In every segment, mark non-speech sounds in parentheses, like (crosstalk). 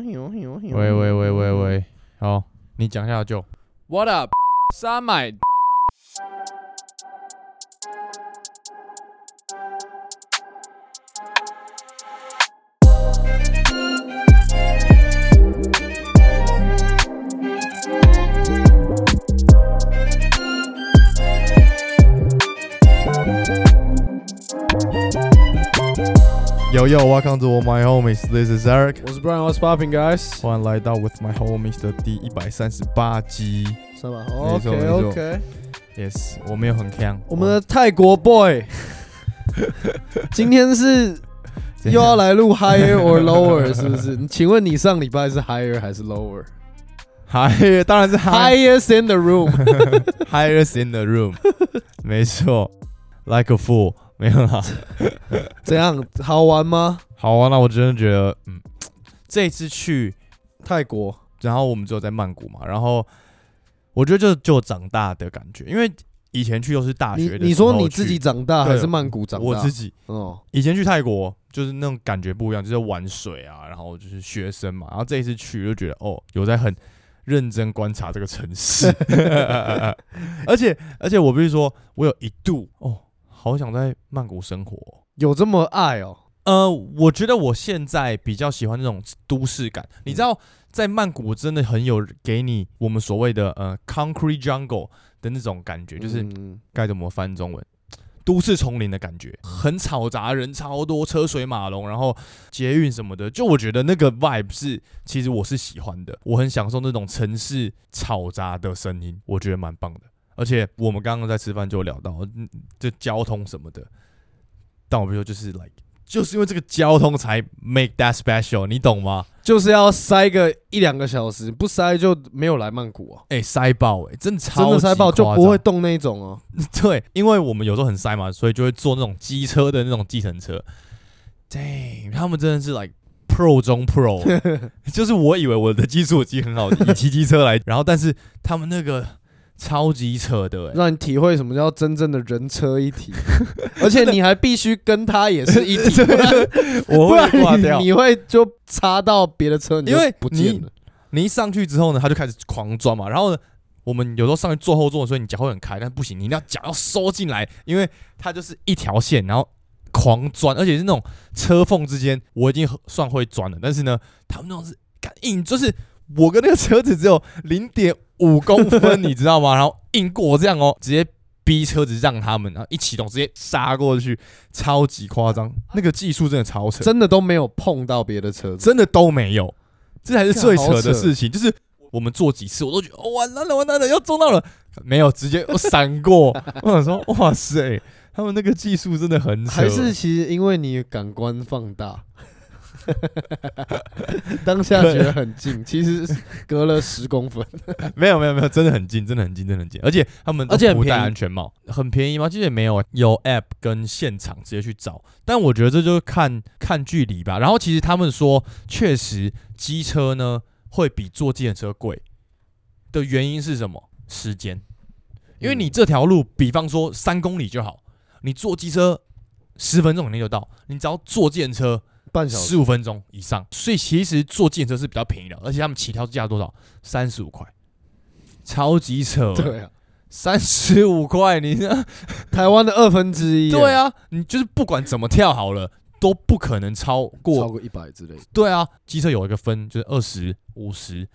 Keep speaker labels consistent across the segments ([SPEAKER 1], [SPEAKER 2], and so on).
[SPEAKER 1] 喂
[SPEAKER 2] 喂喂喂喂，喂，好，你讲一下就
[SPEAKER 3] What up，山脉？
[SPEAKER 2] Yo Yo Welcome to all my homies, this is Eric，
[SPEAKER 3] 我是 Brian，What's popping guys？
[SPEAKER 2] 欢迎来到 With My Homies 的第一百三十八集。
[SPEAKER 1] 是吧
[SPEAKER 2] 没错
[SPEAKER 1] ？OK
[SPEAKER 2] 没错
[SPEAKER 1] OK，
[SPEAKER 2] Yes，我没有很哦强，
[SPEAKER 1] 我们的泰国
[SPEAKER 2] (laughs)
[SPEAKER 1] boy，今天是
[SPEAKER 2] 怎
[SPEAKER 1] 又
[SPEAKER 2] 样
[SPEAKER 1] 要来录
[SPEAKER 2] (laughs)
[SPEAKER 1] higher or lower 是不是？请问你上礼拜是 higher 还是 lower？Highest
[SPEAKER 2] 嗨，当然是嗨
[SPEAKER 1] in the
[SPEAKER 2] (laughs)
[SPEAKER 1] room，
[SPEAKER 2] ，highest in the room，没错，like a fool，没有啦。
[SPEAKER 1] 怎样？好玩吗？
[SPEAKER 2] 好啊，那我真的觉得，嗯，这一次去
[SPEAKER 1] 泰国
[SPEAKER 2] 然后我们只有在曼谷嘛，然后我觉得就就长大的感觉，因为以前去都是大
[SPEAKER 1] 你
[SPEAKER 2] 学的
[SPEAKER 1] 你
[SPEAKER 2] 时候
[SPEAKER 1] 说你自己
[SPEAKER 2] 去
[SPEAKER 1] 长大
[SPEAKER 2] 对
[SPEAKER 1] 还是曼谷长大？
[SPEAKER 2] 我自己
[SPEAKER 1] 哦，
[SPEAKER 2] 以前去泰国就是那种感觉不一样，就是玩水啊，然后就是学生嘛，然后这一次去就觉得哦，有在很认真观察这个城市， (laughs) 而且而且我必须说，我有一度哦，好想在曼谷生活哦、
[SPEAKER 1] 有这么爱哦？
[SPEAKER 2] 呃，我觉得我现在比较喜欢那种都市感。你知道，在曼谷真的很有给你我们所谓的呃 concrete jungle 的那种感觉，就是
[SPEAKER 1] 嗯
[SPEAKER 2] 该怎么翻中文？都市丛林的感觉，很吵杂，人超多，车水马龙，然后捷运什么的，就我觉得那个 vibe 是，其实我是喜欢的，我很享受那种城市吵杂的声音，我觉得蛮棒的。而且我们刚刚在吃饭就有聊到，嗯这交通什么的，但我比如说就是 like，就是因为这个交通才 make that special，你懂吗？
[SPEAKER 1] 就是要塞个一两个小时，不塞就没有来曼谷啊。
[SPEAKER 2] 哎、塞爆哎、真的超
[SPEAKER 1] 真的塞爆
[SPEAKER 2] 级
[SPEAKER 1] 就
[SPEAKER 2] 夸
[SPEAKER 1] 不会
[SPEAKER 2] 张
[SPEAKER 1] 动那一种哦、
[SPEAKER 2] (laughs) 对，因为我们有时候很塞嘛，所以就会坐那种机车的那种计程车。Dang，他们真的是 like pro
[SPEAKER 1] (laughs)
[SPEAKER 2] 中 pro，就是我以为我的基础已经很好，以骑机车来，然后但是他们那个超级扯的、欸，
[SPEAKER 1] 让你体会什么叫真正的人车一 (laughs) 体，而且你还必须跟他也是一体，不然不
[SPEAKER 2] 我
[SPEAKER 1] (laughs)
[SPEAKER 2] 会
[SPEAKER 1] 然
[SPEAKER 2] 挂掉。
[SPEAKER 1] 你你会就插到别的车，你就
[SPEAKER 2] 因为
[SPEAKER 1] 不见了。
[SPEAKER 2] 你一上去之后呢，他就开始狂抓嘛，然后呢，我们有时候上去坐后座，所以你脚会很开，但不行，你一定要脚要收进来，因为它就是一条线，然后狂钻，而且是那种车缝之间，我已经很算会钻了，但是呢，他们那种是干硬，就是我跟那个车子只有零点五公分， (laughs) 你知道吗？然后硬过这样哦，直接。逼车子让他们，然后一启动直接杀过去，超级夸张，那个技术真的超扯。
[SPEAKER 1] 真的都没有碰到别的车子，
[SPEAKER 2] 真的都没有，这才是最扯的事情。就是我们做几次，我都觉得、哦、完蛋了，完蛋了，要撞到了，没有直接
[SPEAKER 1] (laughs)
[SPEAKER 2] 闪过。我想说，哇塞，他们那个技术真的很扯。
[SPEAKER 1] 还是其实因为你感官放大， (laughs) 当下觉得很近，其实隔了十公 (laughs) 分。
[SPEAKER 2] 没有没有没有，真的很近，真的很近，真的很近。而且他们都
[SPEAKER 1] 而且很
[SPEAKER 2] 不戴
[SPEAKER 1] 便宜
[SPEAKER 2] 安全帽，很便宜吗？其实也没有，啊有 app 跟现场直接去找。但我觉得这就是看看距离吧。然后其实他们说，确实机车呢会比坐计程车贵的原因是什么？时间，因为你这条路，比方说三公里就好，你坐机车十分钟以内就到，你只要坐计程车
[SPEAKER 1] 半小时
[SPEAKER 2] 十五分钟以上，所以其实坐计程车是比较便宜的，而且他们起跳价多少？三十五块，超级扯，
[SPEAKER 1] 对啊，
[SPEAKER 2] 三十五块，你这
[SPEAKER 1] (laughs) 台湾的二分之一。
[SPEAKER 2] 对，啊，你就是不管怎么跳好了，都不可能
[SPEAKER 1] 超
[SPEAKER 2] 超过，
[SPEAKER 1] 过一百之类的。
[SPEAKER 2] 对啊，机车有一个分就是二十五十，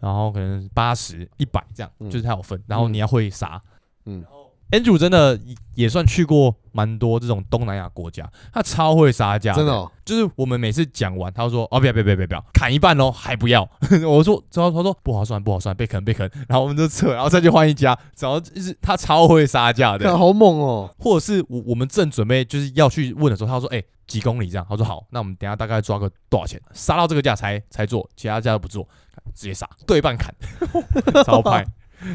[SPEAKER 2] 然后可能八十一百这样，
[SPEAKER 1] 嗯
[SPEAKER 2] 就是它有分，然后你要会刹，
[SPEAKER 1] 嗯
[SPEAKER 2] Andrew 真的也算去过蛮多这种东南亚国家，他超会杀价，
[SPEAKER 1] 真的、哦，
[SPEAKER 2] 就是我们每次讲完，他就说：“哦，不要不要不要不要不要，砍一半喽，哦还不要。” (laughs) 我说：“之后他说不划算不划算，被坑被坑。”然后我们就撤，然后再去换一家。然后就是他超会杀价
[SPEAKER 1] 看
[SPEAKER 2] 的，
[SPEAKER 1] 好猛哦、
[SPEAKER 2] 或者是我我们正准备就是要去问的时候，他说：“哎、几公里这样？”他说：“好，那我们等一下大概抓个多少钱，杀到这个价才才做，其他价都不做，直接杀对半砍， (laughs) 超派，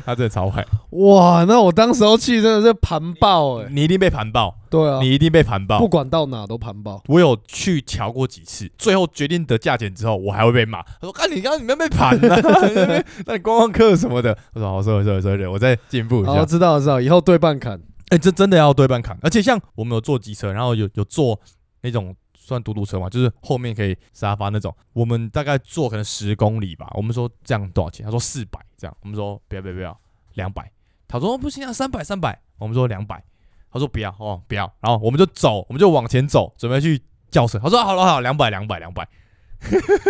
[SPEAKER 2] 他真的超派，
[SPEAKER 1] 哇，那我当时候去真的是盘爆哎、
[SPEAKER 2] 你一定被盘爆，
[SPEAKER 1] 对啊，
[SPEAKER 2] 你一定被盘爆
[SPEAKER 1] 不。”管到哪都盘爆。
[SPEAKER 2] 我有去瞧过几次，最后决定的价钱之后，我还会被骂。他说：“看你刚刚你们被盘了、 (laughs) 你们被那你观光客什么的。”我说：“好，sorry sorry sorry，我再进步一下。
[SPEAKER 1] 好，知道了知道了，以后 (laughs) 对半砍。
[SPEAKER 2] 哎、这真的要对半砍，而且像我们有坐机车，然后有有坐那种算嘟嘟车嘛，就是后面可以沙发那种。我们大概坐可能十公里吧，我们说这样多少钱？他说四百这样，我们说不要不要不要，两百。他说、哦不行啊，三百三百，我们说两百。他说不要哦不要，然后我们就走，我们就往前走，准备去叫车。他说好了好了，两百两百两百，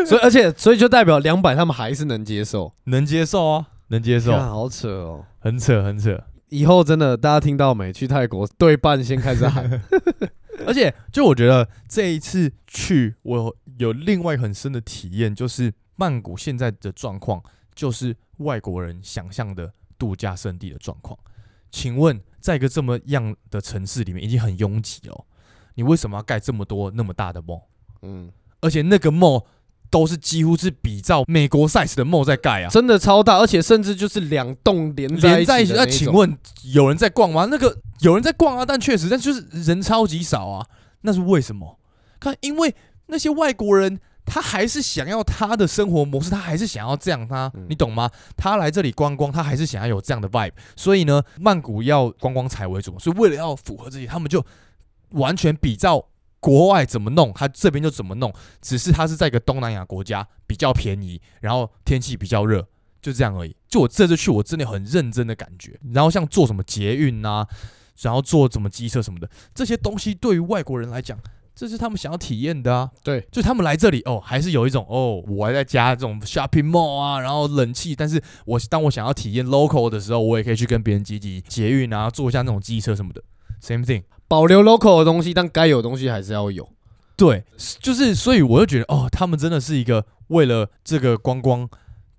[SPEAKER 1] 所以而且所以就代表两百他们还是能接受，
[SPEAKER 2] 能接受啊，能接受，
[SPEAKER 1] 看好扯哦。
[SPEAKER 2] 很扯很扯。
[SPEAKER 1] 以后真的，大家听到没？去泰国对半先开始喊，
[SPEAKER 2] 而且，就我觉得这一次去，我有另外一个很深的体验，就是曼谷现在的状况，就是外国人想象的度假胜地的状况。请问，在一个这么样的城市里面，已经很拥挤了，哦你为什么要盖这么多那么大的 mall？
[SPEAKER 1] (laughs) 嗯，
[SPEAKER 2] 而且那个 mall 都是几乎是比照美国 size 的 mall 在盖啊，
[SPEAKER 1] 真的超大，而且甚至就是两栋连在
[SPEAKER 2] 连在
[SPEAKER 1] 一
[SPEAKER 2] 一
[SPEAKER 1] 起啊的
[SPEAKER 2] 起。
[SPEAKER 1] 那
[SPEAKER 2] 那
[SPEAKER 1] 一种。
[SPEAKER 2] 请问有人在逛吗？那个有人在逛啊，但确实，但就是人超级少啊，那是为什么？看，因为那些外国人。他还是想要他的生活模式，他还是想要这样，他、
[SPEAKER 1] 嗯
[SPEAKER 2] 你懂吗？他来这里观光，他还是想要有这样的 vibe，所以呢，曼谷要观光财为主，所以为了要符合自己，他们就完全比照国外怎么弄，他这边就怎么弄，只是它是在一个东南亚国家，比较便宜，然后天气比较热，就这样而已。就我这次去，我真的很认真的感觉。然后像做什么捷运啊，然后做什么机车什么的，这些东西对于外国人来讲，这是他们想要体验的啊。
[SPEAKER 1] 对，
[SPEAKER 2] 就他们来这里哦，还是有一种哦，我还在家这种 shopping mall 啊，然后冷气，但是我当我想要体验 local 的时候，我也可以去跟别人集体捷运啊，坐一下那种机车什么的，same thing。
[SPEAKER 1] 保留 local 的东西，但该有的东西还是要有。
[SPEAKER 2] 对，是就是所以我就觉得哦，他们真的是一个为了这个观光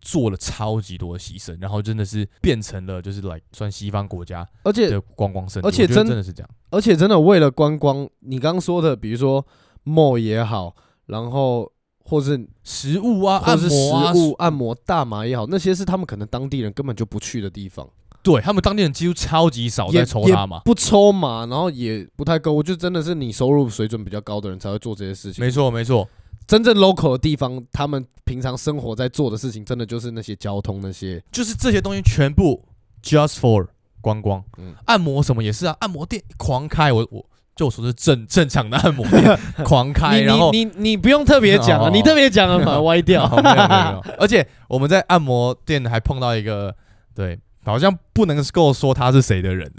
[SPEAKER 2] 做了超级多的牺牲，然后真的是变成了就是 like 算西方国家
[SPEAKER 1] 而且
[SPEAKER 2] 的观光胜地，
[SPEAKER 1] 而且
[SPEAKER 2] 我觉得
[SPEAKER 1] 真
[SPEAKER 2] 真的是这样，
[SPEAKER 1] 而且真的为了观光，你刚刚说的，比如说 mall 也好，然后或是
[SPEAKER 2] 食物啊、
[SPEAKER 1] 或
[SPEAKER 2] 按
[SPEAKER 1] 是
[SPEAKER 2] 摩啊
[SPEAKER 1] 食，物、按摩、大麻也好，那些是他们可能当地人根本就不去的地方，
[SPEAKER 2] 对他们当地人几乎超级少
[SPEAKER 1] 也
[SPEAKER 2] 在抽他嘛，
[SPEAKER 1] 不抽麻，然后也不太购物，就真的是你收入水准比较高的人才会做这些事情。
[SPEAKER 2] 没错没错，
[SPEAKER 1] 真正 local 的地方，他们平常生活在做的事情，真的就是那些交通那些。
[SPEAKER 2] 就是这些东西全部 just for 观光，
[SPEAKER 1] 嗯
[SPEAKER 2] 按摩什么也是啊，按摩店狂开，我我就我说是正正常的按摩
[SPEAKER 1] (laughs)
[SPEAKER 2] 店狂开，
[SPEAKER 1] 你
[SPEAKER 2] 然 (laughs) 后
[SPEAKER 1] 你你你不用特别讲啊，
[SPEAKER 2] 哦
[SPEAKER 1] 你特别讲啊，反而歪掉。
[SPEAKER 2] 没有没有没有。而且我们在按摩店还碰到一个，对，好像不能够说他是谁的人， (laughs)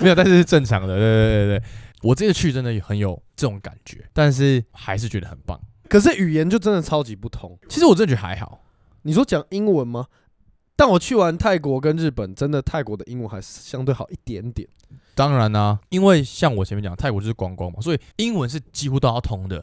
[SPEAKER 2] 没有，但是是正常的。对对对对，我这次去真的很有这种感觉，但是还是觉得很棒。
[SPEAKER 1] (laughs) 可是语言就真的超级不同。
[SPEAKER 2] 其实我真的觉得还好，
[SPEAKER 1] 你说讲英文吗？但我去完泰国跟日本，真的泰国的英文还是相对好一点点。
[SPEAKER 2] 当然啦、啊因为像我前面讲，泰国就是观光嘛，所以英文是几乎都要通的。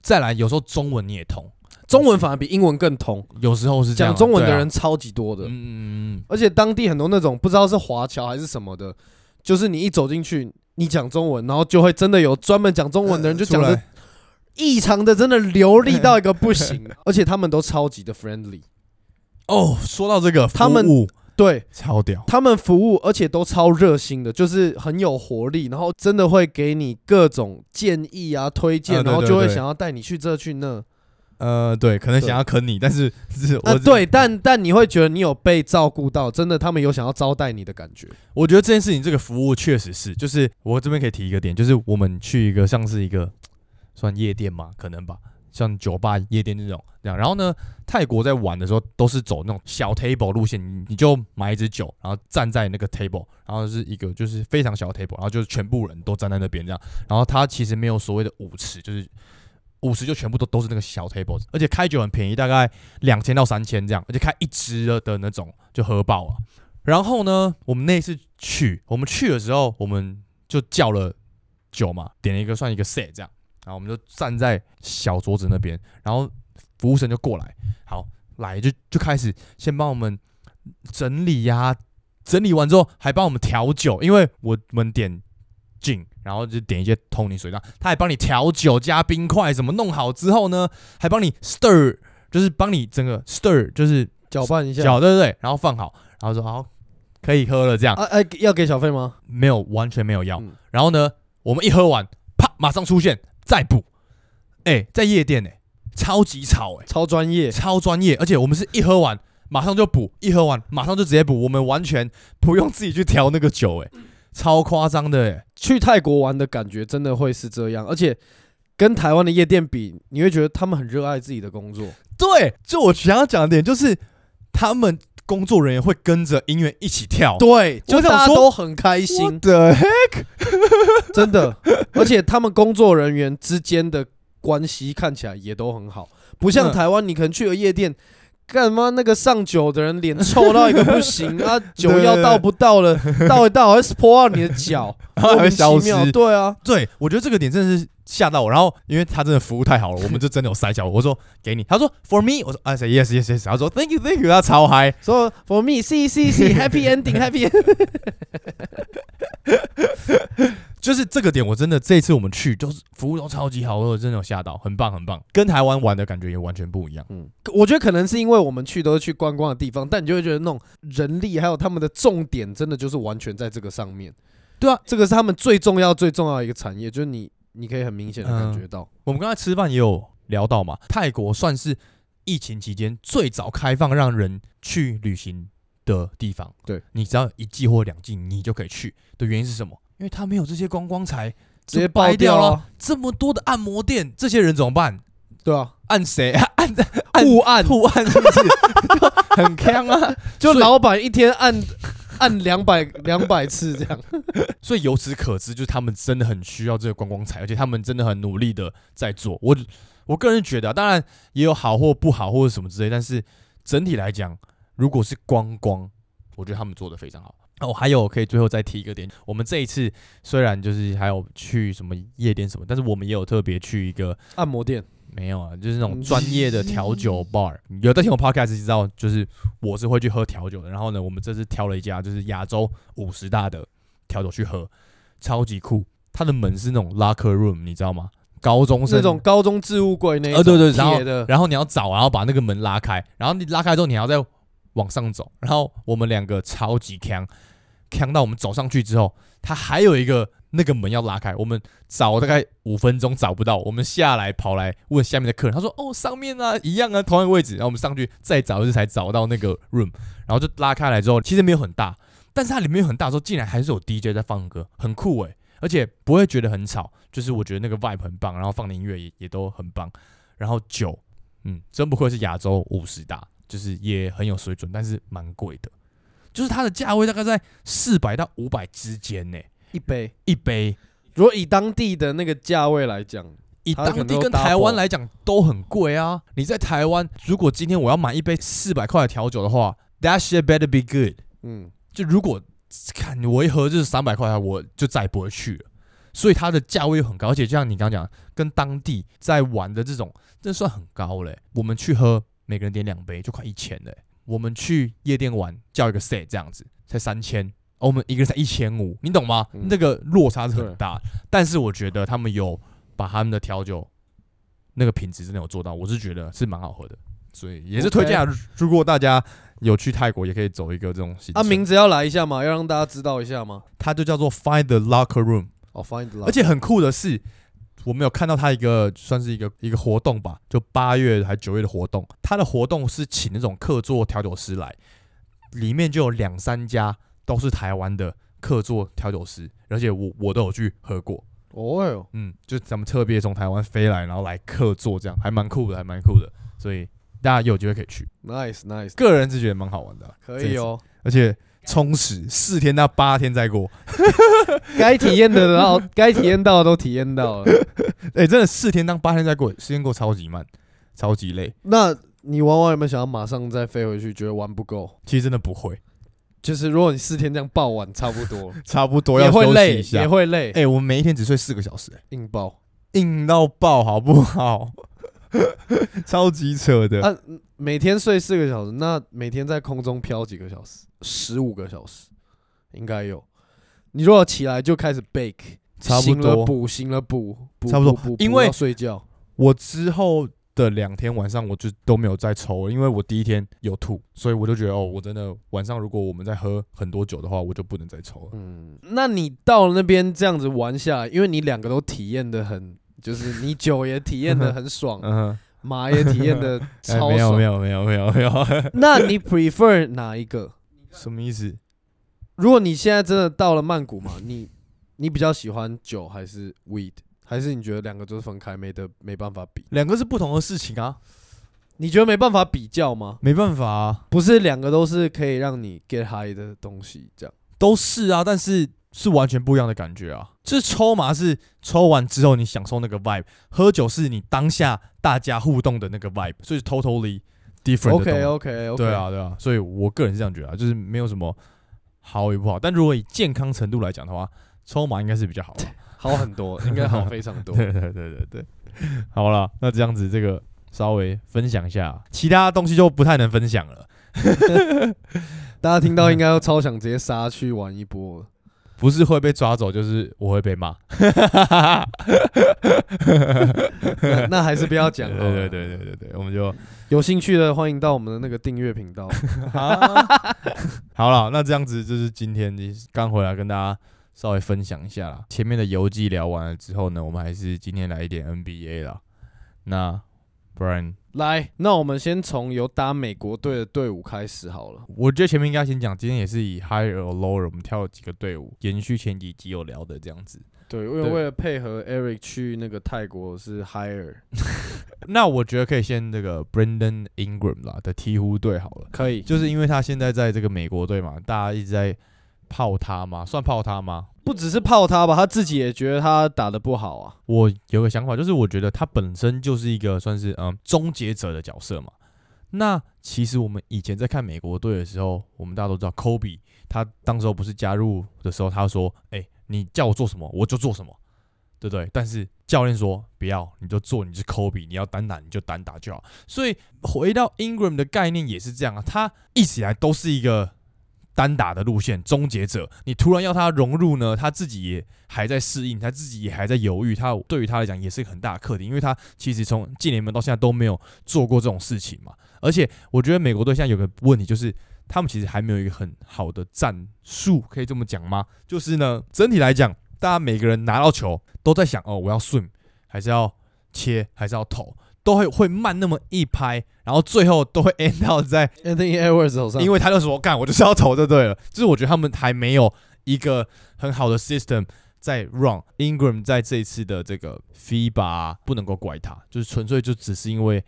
[SPEAKER 2] 再来，有时候中文你也通，
[SPEAKER 1] 中文反而比英文更通，
[SPEAKER 2] 有时候是这样
[SPEAKER 1] 讲
[SPEAKER 2] 啊
[SPEAKER 1] 中文的
[SPEAKER 2] 对啊
[SPEAKER 1] 人超级多的，
[SPEAKER 2] 嗯嗯嗯嗯，
[SPEAKER 1] 而且当地很多那种不知道是华侨还是什么的，就是你一走进去，你讲中文，然后就会真的有专门讲中文的人就讲
[SPEAKER 2] 出
[SPEAKER 1] 的
[SPEAKER 2] 来
[SPEAKER 1] 异常的真的流利到一个不
[SPEAKER 2] (laughs)
[SPEAKER 1] 行，而且他们都超级的 friendly，
[SPEAKER 2] 哦，说到这个，
[SPEAKER 1] 他们
[SPEAKER 2] 服务
[SPEAKER 1] 对
[SPEAKER 2] 超屌，
[SPEAKER 1] 他们服务，而且都超热心的，就是很有活力，然后真的会给你各种建议啊、推荐，
[SPEAKER 2] 啊对
[SPEAKER 1] 然后
[SPEAKER 2] 对
[SPEAKER 1] 就会
[SPEAKER 2] 对
[SPEAKER 1] 想要带你去这去那。
[SPEAKER 2] 呃，对，呃可能
[SPEAKER 1] 对
[SPEAKER 2] 想要坑你，但是 (laughs) 是我、
[SPEAKER 1] 啊，对，，但但你会觉得你有被照顾到，真的他们有想要招待你的感觉。
[SPEAKER 2] 我觉得这件事情，这个服务确实是，就是我这边可以提一个点，就是我们去一个像是一个算夜店嘛，可能吧，像酒吧、夜店这种这样。然后呢，泰国在玩的时候都是走那种小 table 路线，你你就买一支酒，然后站在那个 table，然后是一个就是非常小的 table，然后就是全部人都站在那边这样。然后它其实没有所谓的舞池，就是舞池就全部都都是那个小 table，而且开酒很便宜，大概两千到三千这样，而且开一支的的那种就喝爆了。然后呢，我们那次去，我们去的时候，我们就叫了酒嘛，点了一个算一个 set 这样，然后我们就站在小桌子那边，然后服务生就过来，好来就就开始先帮我们整理呀、整理完之后还帮我们调酒，因为我们点进，然后就点一些通灵水这样，他还帮你调酒加冰块，怎么弄好之后呢，还帮你 stir，就是帮你整个 stir，就是
[SPEAKER 1] 搅拌一下，
[SPEAKER 2] 搅对对对，然后放好，然后说好可以喝了这样，
[SPEAKER 1] 啊哎、要给小费吗？
[SPEAKER 2] 没有完全没有要。
[SPEAKER 1] 嗯
[SPEAKER 2] 然后呢，我们一喝完，啪，马上出现再补，哎、在夜店哎、超级吵哎、
[SPEAKER 1] 超专业，
[SPEAKER 2] 超专业，而且我们是一喝完
[SPEAKER 1] 嗯
[SPEAKER 2] 马上就补，一喝完马上就直接补，我们完全不用自己去调那个酒哎、超夸张的、欸，
[SPEAKER 1] 去泰国玩的感觉真的会是这样，而且跟台湾的夜店比，你会觉得他们很热爱自己的工作。
[SPEAKER 2] 对，就我想要讲的点就是，他们工作人员会跟着音乐一起跳，
[SPEAKER 1] 对，
[SPEAKER 2] 我
[SPEAKER 1] 就
[SPEAKER 2] 想
[SPEAKER 1] 大家
[SPEAKER 2] 说
[SPEAKER 1] 都很开心，
[SPEAKER 2] 的，
[SPEAKER 1] (laughs) 真的。而且他们工作人员之间的关系看起来也都很好，不像
[SPEAKER 2] 嗯
[SPEAKER 1] 台湾，你可能去个夜店。干嘛？那个上酒的人脸臭到一个不
[SPEAKER 2] (laughs)
[SPEAKER 1] 行啊！酒要到不到了，到一到还是泼到你的脚，
[SPEAKER 2] 然 (laughs) 后还
[SPEAKER 1] 莫
[SPEAKER 2] 会
[SPEAKER 1] 名其
[SPEAKER 2] 消
[SPEAKER 1] 妙
[SPEAKER 2] 失。
[SPEAKER 1] 对啊，
[SPEAKER 2] 对，我觉得这个点真的是吓到我。然后因为他真的服务太好了，我们就真的有塞小。我说给你，他说 for me，我说啊 say yes yes yes，他说 thank you thank you，他超嗨。
[SPEAKER 1] 说 for me see see
[SPEAKER 2] (laughs)
[SPEAKER 1] see happy ending happy ending。
[SPEAKER 2] 就是这个点，我真的这一次我们去，就是服务都超级好，我真的有吓到，很棒很棒，跟台湾玩的感觉也完全不一样。
[SPEAKER 1] 嗯，我觉得可能是因为我们去都是去观光的地方，但你就会觉得那种人力还有他们的重点，真的就是完全在这个上面。
[SPEAKER 2] 对啊，
[SPEAKER 1] 这个是他们最重要最重要的一个产业，就是你你可以很明显的感觉到，
[SPEAKER 2] 我们刚才吃饭也有聊到嘛，泰国算是疫情期间最早开放让人去旅行的地方。
[SPEAKER 1] 对，
[SPEAKER 2] 你只要一季或两季，你就可以去的原因是什么？因为它没有这些观光财，
[SPEAKER 1] 直接
[SPEAKER 2] 就掰
[SPEAKER 1] 爆
[SPEAKER 2] 掉
[SPEAKER 1] 啊
[SPEAKER 2] 了。这么多的按摩店，这些人怎么办？
[SPEAKER 1] 对啊，
[SPEAKER 2] 按谁？按按
[SPEAKER 1] 互按
[SPEAKER 2] 互按是
[SPEAKER 1] (laughs)
[SPEAKER 2] 不是？就很坑啊！
[SPEAKER 1] 就
[SPEAKER 2] 所以
[SPEAKER 1] 老板一天按 (laughs) 按两百两百次这样，
[SPEAKER 2] 所以由此可知，就是他们真的很需要这个观光财，而且他们真的很努力的在做。我我个人觉得、啊，当然也有好或不好或者什么之类，但是整体来讲，如果是观光，我觉得他们做的非常好。哦，还有可以最后再提一个点，我们这一次虽然就是还有去什么夜店什么，但是我们也有特别去一个
[SPEAKER 1] 按摩店
[SPEAKER 2] 没有啊，就是那种专业的调酒 bar。有
[SPEAKER 1] 嗯
[SPEAKER 2] 在听我 podcast 知道，就是我是会去喝调酒的。然后呢，我们这次挑了一家就是亚洲五十大的调酒去喝，超级酷。它的门是那种 locker room，你知道吗？高中生
[SPEAKER 1] 那种高中置物柜那一
[SPEAKER 2] 呃对对
[SPEAKER 1] 种
[SPEAKER 2] 然后
[SPEAKER 1] 铁的，
[SPEAKER 2] 然后你要找，然后把那个门拉开，然后你拉开之后，你还要再往上走。然后我们两个超级强，强到我们走上去之后，它还有一个那个门要拉开，我们找大概五分钟找不到，我们下来跑来问下面的客人，他说：“哦，上面啊，一样啊，同样的位置。”然后我们上去再找一次才找到那个 room，然后就拉开来之后，其实没有很大，但是它里面很大的时候，竟然还是有 DJ 在放歌，很酷诶、而且不会觉得很吵，就是我觉得那个 vibe 很棒，然后放的音乐也也都很棒，然后酒，嗯，真不愧是亚洲五十大，就是也很有水准，但是蛮贵的，就是它的价位大概在四百到五百之间呢、
[SPEAKER 1] 一杯。
[SPEAKER 2] 一杯。
[SPEAKER 1] 如果以当地的那个价位来讲，
[SPEAKER 2] 以
[SPEAKER 1] 它
[SPEAKER 2] 当
[SPEAKER 1] 可能
[SPEAKER 2] 地
[SPEAKER 1] 都
[SPEAKER 2] 跟
[SPEAKER 1] double
[SPEAKER 2] 台湾来讲都很贵啊！你在台湾，如果今天我要买一杯四百块的调酒的话，That shit better be good。
[SPEAKER 1] 嗯，
[SPEAKER 2] 就如果看我一盒就是三百块，我就再也不会去了。所以它的价位又很高，而且就像你刚刚讲，跟当地在玩的这种，这算很高嘞、我们去喝，每个人点两杯就快一千嘞、我们去夜店玩，叫一个 set 这样子才三千，而我们一个人才一千五，你懂吗？
[SPEAKER 1] 嗯
[SPEAKER 2] 那个落差是很大。但是我觉得他们有把他们的调酒那个品质真的有做到，我是觉得是蛮好喝的，所以也是推荐啊。如果大家有去泰国，也可以走一个这种行
[SPEAKER 1] 啊，
[SPEAKER 2] 程。
[SPEAKER 1] 名字要来一下嘛，要让大家知道一下嘛。
[SPEAKER 2] 它就叫做 Find the Locker Room，
[SPEAKER 1] 哦，find love，
[SPEAKER 2] 而且很酷的是，我们有看到它一个算是一个一个活动吧，就八月还九月的活动，它的活动是请那种客座调酒师来，里面就有两三家都是台湾的客座调酒师，而且我我都有去喝过，
[SPEAKER 1] 哦哟，
[SPEAKER 2] 嗯，就咱们特别从台湾飞来，然后来客座这样，还蛮酷的，还蛮酷的，所以大家有机会可以去，
[SPEAKER 1] Nice, nice，
[SPEAKER 2] 个人是觉得蛮好玩的啊，
[SPEAKER 1] 可以哦。
[SPEAKER 2] 而且充实四天到八天再过。
[SPEAKER 1] 该体验的然后 (laughs) 该体验到的都体验到了。
[SPEAKER 2] 哎、真的四天当八天再过，时间过超级慢，超级累。
[SPEAKER 1] 那你玩完有没有想要马上再飞回去？觉得玩不够，
[SPEAKER 2] 其实真的不会，
[SPEAKER 1] 就是如果你四天这样爆玩，差不 (laughs) 多
[SPEAKER 2] (laughs) 差不多
[SPEAKER 1] 也
[SPEAKER 2] 要
[SPEAKER 1] 会
[SPEAKER 2] 休息
[SPEAKER 1] 累
[SPEAKER 2] 一，下。
[SPEAKER 1] 也会累，
[SPEAKER 2] 哎、我们每一天只睡四个小时、哎
[SPEAKER 1] 硬爆。
[SPEAKER 2] 硬到爆，好不好？ (laughs) 超级扯的。
[SPEAKER 1] 啊，每天睡四个小时，那每天在空中飘几个小时？十五个小时应该有。你如果起来就开始 bake，
[SPEAKER 2] 差不
[SPEAKER 1] 醒了
[SPEAKER 2] 多
[SPEAKER 1] 补，醒了补，补
[SPEAKER 2] 差不多
[SPEAKER 1] 补补补
[SPEAKER 2] 因为
[SPEAKER 1] 要睡觉。
[SPEAKER 2] 我之后的两天晚上，我就都没有再抽了，因为我第一天有吐，所以我就觉得哦，我真的晚上如果我们再喝很多酒的话，我就不能再抽了。
[SPEAKER 1] 嗯，那你到了那边这样子玩下来，因为你两个都体验的很，就是你酒也体验的很 (laughs) 爽，
[SPEAKER 2] 嗯哼，
[SPEAKER 1] 马也体验的
[SPEAKER 2] (laughs) 哎
[SPEAKER 1] 超
[SPEAKER 2] 没有 (laughs)
[SPEAKER 1] 爽。
[SPEAKER 2] 没有没有没有没有，
[SPEAKER 1] 那你 prefer 哪一个？
[SPEAKER 2] 什么意思？
[SPEAKER 1] 如果你现在真的到了曼谷嘛，你你比较喜欢酒还是 weed，还是你觉得两个都是分开，没得没办法比？
[SPEAKER 2] 两个是不同的事情啊，
[SPEAKER 1] 你觉得没办法比较吗？
[SPEAKER 2] 没办法啊，
[SPEAKER 1] 不是两个都是可以让你 get high 的东西，这样。
[SPEAKER 2] 都是啊，但是是完全不一样的感觉啊。就是抽麻是抽完之后你享受那个 vibe，喝酒是你当下大家互动的那个 vibe，所以是 totally different 的
[SPEAKER 1] OK
[SPEAKER 2] 东西
[SPEAKER 1] OK OK，
[SPEAKER 2] 对，啊，对啊，所以我个人是这样觉得、啊，就是没有什么好与不好。但如果以健康程度来讲的话，抽麻应该是比较好啊。
[SPEAKER 1] 好很
[SPEAKER 2] (laughs)
[SPEAKER 1] 多，应该好非常多。
[SPEAKER 2] 对对对对对，好了，那这样子这个稍微分享一下，其他东西就不太能分享了。
[SPEAKER 1] 大家听到应该都超想直接杀去玩一波了。
[SPEAKER 2] 不是会被抓走，就是我会被骂。
[SPEAKER 1] 那那还是不要讲
[SPEAKER 2] (laughs) 对
[SPEAKER 1] 了。
[SPEAKER 2] 对对对对对，我们就
[SPEAKER 1] 有兴趣的欢迎到我们的那个订阅频道。
[SPEAKER 2] 啊好了。那这样子就是今天你刚回来跟大家稍微分享一下啦。前面的游记聊完了之后呢，我们还是今天来一点 NBA 啦。那 Brian，
[SPEAKER 1] 来，那我们先从由打美国队的队伍开始好了。
[SPEAKER 2] 我觉得前面应该先讲，今天也是以 higher or lower，我们挑了几个队伍，延续前几集有聊的这样子。
[SPEAKER 1] 对，因为
[SPEAKER 2] 对
[SPEAKER 1] 为了配合 Eric 去那个泰国是 higher，
[SPEAKER 2] 那我觉得可以先这个 Brandon Ingram 啦的鹈鹕队好了，
[SPEAKER 1] 可以，
[SPEAKER 2] 就是因为他现在在这个美国队嘛，大家一直在泡他嘛，算泡他吗？
[SPEAKER 1] 不只是泡他吧，他自己也觉得他打的不好啊。
[SPEAKER 2] 我有个想法，就是我觉得他本身就是一个算是嗯终结者的角色嘛。那其实我们以前在看美国队的时候，我们大家都知道科比，他当时候不是加入的时候，他说：“哎、你叫我做什么，我就做什么，对不对？”但是教练说：“不要，你就做，你是科比，你要单打你就单打就好。”所以回到 Ingram 的概念也是这样啊，他一直以来都是一个单打的路线，终结者。你突然要他融入呢，他自己也还在适应，他自己也还在犹豫。他对于他来讲也是一个很大的课题，因为他其实从进联盟到现在都没有做过这种事情嘛。而且我觉得美国队现在有个问题就是。他们其实还没有一个很好的战术，可以这么讲吗？就是呢，整体来讲，大家每个人拿到球都在想，哦，我要 swim，还是要切，还是要投，都会会慢那么一拍，然后最后都会 end 到在
[SPEAKER 1] Anthony Edwards 手上，
[SPEAKER 2] 因
[SPEAKER 1] 为
[SPEAKER 2] 为他就说干，我就是要投就对了。就是我觉得他们还没有一个很好的 system 在 run。Ingram 在这一次的这个 FIBA 啊不能够怪他，就是纯粹就只是因为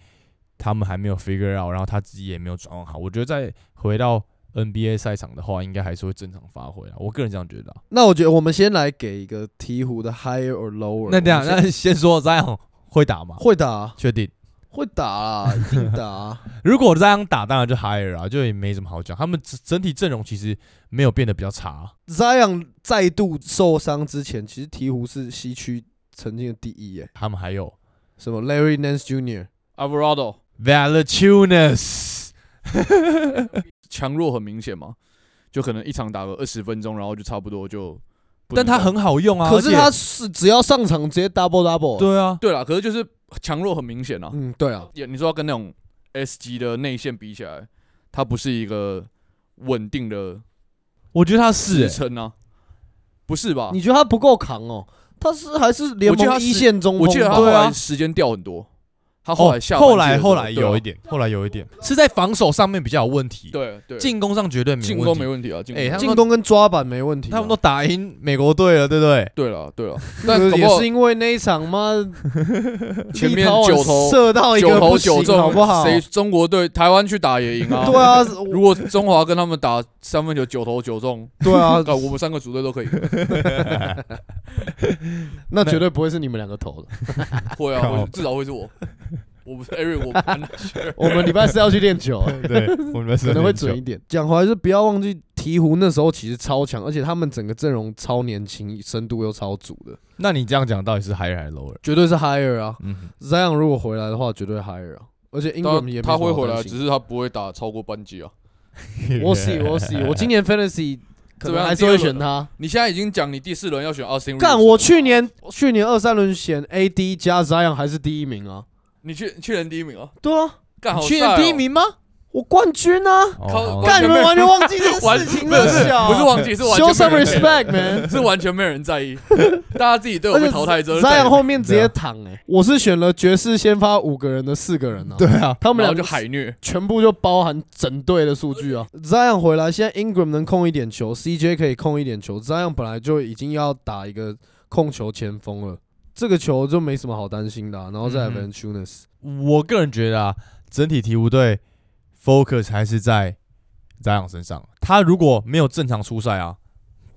[SPEAKER 2] 他们还没有 figure out，然后他自己也没有转换好。我觉得再回到 NBA 赛场的话，应该还是会正常发挥啊。我个人这样觉得、啊。
[SPEAKER 1] 那我觉得我们先来给一个鹈鹕的 higher or lower。
[SPEAKER 2] 那这样，
[SPEAKER 1] 我们先
[SPEAKER 2] 那
[SPEAKER 1] (laughs)
[SPEAKER 2] 先说 Zion 会打吗？
[SPEAKER 1] 会打啊，
[SPEAKER 2] 确定？
[SPEAKER 1] 会打啊，一定打 (laughs) 啊。
[SPEAKER 2] 如果 Zion 打，当然就 higher 啊，就也没什么好讲。他们整整体阵容其实没有变得比较差啊、
[SPEAKER 1] Zion 再度受伤之前，其实鹈鹕是西区曾经的第一耶。
[SPEAKER 2] 他们还有
[SPEAKER 1] 什么 Larry Nance Jr.
[SPEAKER 3] Alvarado
[SPEAKER 2] Valachunas。
[SPEAKER 3] 强弱很明显嘛，就可能一场打个二十分钟，然后就差不多就不
[SPEAKER 2] 但
[SPEAKER 3] 能动。
[SPEAKER 2] 它很好用啊。
[SPEAKER 1] 可是
[SPEAKER 2] 而且
[SPEAKER 1] 他是只要上场直接 double double。，
[SPEAKER 2] 对啊，
[SPEAKER 3] 对啦，可是就是强弱很明显啊。
[SPEAKER 1] 嗯，对啊，
[SPEAKER 3] 也你说要跟那种 S 级的内线比起来，它不是一个稳定的
[SPEAKER 2] 我觉得他是、欸，
[SPEAKER 3] 支撑啊，不是吧？
[SPEAKER 1] 你觉得他不够扛哦？他是还是联
[SPEAKER 3] 啊我记得他
[SPEAKER 1] 盟
[SPEAKER 3] 是
[SPEAKER 1] 一线中锋吧？
[SPEAKER 3] 我记得他后
[SPEAKER 2] 对啊
[SPEAKER 3] 来时间掉很多，他后
[SPEAKER 2] 哦
[SPEAKER 3] 来下、，
[SPEAKER 2] 后来后来有一
[SPEAKER 3] 点，
[SPEAKER 2] 点，后来有一点是在防守上面比较有问题，
[SPEAKER 3] 对对，
[SPEAKER 2] 进攻上绝对没
[SPEAKER 3] 进
[SPEAKER 2] 问
[SPEAKER 3] 攻
[SPEAKER 2] 题
[SPEAKER 3] 没。问题啊，进
[SPEAKER 2] 哎
[SPEAKER 3] 攻
[SPEAKER 2] 他。们
[SPEAKER 1] 进攻跟抓板没问题啊、
[SPEAKER 2] 他们都打赢美国队了，对不对？
[SPEAKER 3] 对了对了，
[SPEAKER 1] 那
[SPEAKER 3] 但
[SPEAKER 1] (laughs)
[SPEAKER 3] 搞不
[SPEAKER 1] 也
[SPEAKER 3] 好
[SPEAKER 1] 是因为那一场吗？
[SPEAKER 3] (laughs) 前面
[SPEAKER 1] 立陶宛
[SPEAKER 3] 九投
[SPEAKER 1] 射到一
[SPEAKER 3] 九
[SPEAKER 1] 个
[SPEAKER 3] 投
[SPEAKER 1] 不
[SPEAKER 3] 九
[SPEAKER 1] 行，
[SPEAKER 3] 中，
[SPEAKER 1] 好不好？
[SPEAKER 3] 谁中国队台湾去打也赢
[SPEAKER 1] (laughs)
[SPEAKER 3] 啊？
[SPEAKER 1] 对
[SPEAKER 3] (laughs)
[SPEAKER 1] 啊，
[SPEAKER 3] 如果中华跟他们打三分球九投
[SPEAKER 1] (laughs)
[SPEAKER 3] 九中，
[SPEAKER 1] 对啊，
[SPEAKER 3] 搞我们三个组队
[SPEAKER 1] (laughs)
[SPEAKER 3] 都可以。
[SPEAKER 1] 那绝对不会是你们两个
[SPEAKER 3] (laughs)
[SPEAKER 1] 投的。
[SPEAKER 3] 会啊，
[SPEAKER 2] 靠
[SPEAKER 3] 会至少会是我。我不是 Eric，我
[SPEAKER 1] (laughs)
[SPEAKER 3] 不
[SPEAKER 1] 我们礼拜四要去练
[SPEAKER 3] (laughs)
[SPEAKER 1] 球，啊
[SPEAKER 2] 对，我们
[SPEAKER 1] 可能会准一点。讲回来是不要忘记，鹈鹕那时候其实超强，而且他们整个阵容超年轻，深度又超足的，
[SPEAKER 2] 那你这样讲到底是 higher 还是 lower？
[SPEAKER 1] 绝对是 higher 啊。
[SPEAKER 2] (laughs) 嗯，
[SPEAKER 1] Zion 如果回来的话，绝对 higher 啊。而且 Ingram 也没
[SPEAKER 3] 他
[SPEAKER 1] 什么
[SPEAKER 3] 会
[SPEAKER 1] 好
[SPEAKER 3] 回
[SPEAKER 1] 担
[SPEAKER 3] 来，
[SPEAKER 1] 心
[SPEAKER 3] 只是他不会打超过班级啊。
[SPEAKER 1] (laughs) 我
[SPEAKER 2] (laughs)
[SPEAKER 1] see 我 see，我今年 Fantasy
[SPEAKER 3] (laughs)
[SPEAKER 1] 可能还是会选他。
[SPEAKER 3] 你现在已经讲你第四轮要选 Austin，
[SPEAKER 1] 干，
[SPEAKER 3] Reeves
[SPEAKER 1] 我去年去年二三轮选 AD 加 Zion 还是第一名啊。
[SPEAKER 3] 你去去年第一名啊？
[SPEAKER 1] 对啊，
[SPEAKER 3] 干，好
[SPEAKER 1] 去
[SPEAKER 3] 帅
[SPEAKER 1] 年
[SPEAKER 3] 哦
[SPEAKER 1] 第一，名吗？我冠军啊！
[SPEAKER 2] 哦
[SPEAKER 3] 靠
[SPEAKER 2] 好
[SPEAKER 1] 干，你们完全忘记这件
[SPEAKER 3] 完
[SPEAKER 1] 事情
[SPEAKER 3] 不是
[SPEAKER 1] 了，
[SPEAKER 3] 不是
[SPEAKER 1] 小
[SPEAKER 3] 不是忘记，是完
[SPEAKER 1] 啊 show
[SPEAKER 3] 全
[SPEAKER 1] some
[SPEAKER 3] 没有人
[SPEAKER 1] respect
[SPEAKER 3] (laughs)
[SPEAKER 1] man。
[SPEAKER 3] 是完全没有人在意， (laughs) 大家自己都有
[SPEAKER 1] 而
[SPEAKER 3] 被
[SPEAKER 1] 且
[SPEAKER 3] 淘汰之后就
[SPEAKER 1] 扎
[SPEAKER 3] 再也
[SPEAKER 1] 扬
[SPEAKER 3] 没，
[SPEAKER 1] 后面直
[SPEAKER 3] 啊
[SPEAKER 1] 接躺哎、我是选了爵士先发五个人的四个人啊，
[SPEAKER 2] 对，啊，
[SPEAKER 1] 他
[SPEAKER 3] 他
[SPEAKER 1] 们
[SPEAKER 3] 们
[SPEAKER 1] 俩
[SPEAKER 3] 俩就海虐，
[SPEAKER 1] 全部就包含整队的数据啊。扎扬回来，现在 Ingram 能控一点球，CJ 可以控一点球，扎扬本来就已经要打一个控球前锋了，这个球就没什么好担心的啊、然后再来
[SPEAKER 2] 嗯
[SPEAKER 1] v a n c h u n e s
[SPEAKER 2] 我个人觉得啊，整体鹈鹕队 focus 还是在扎养身上。他如果没有正常出赛啊，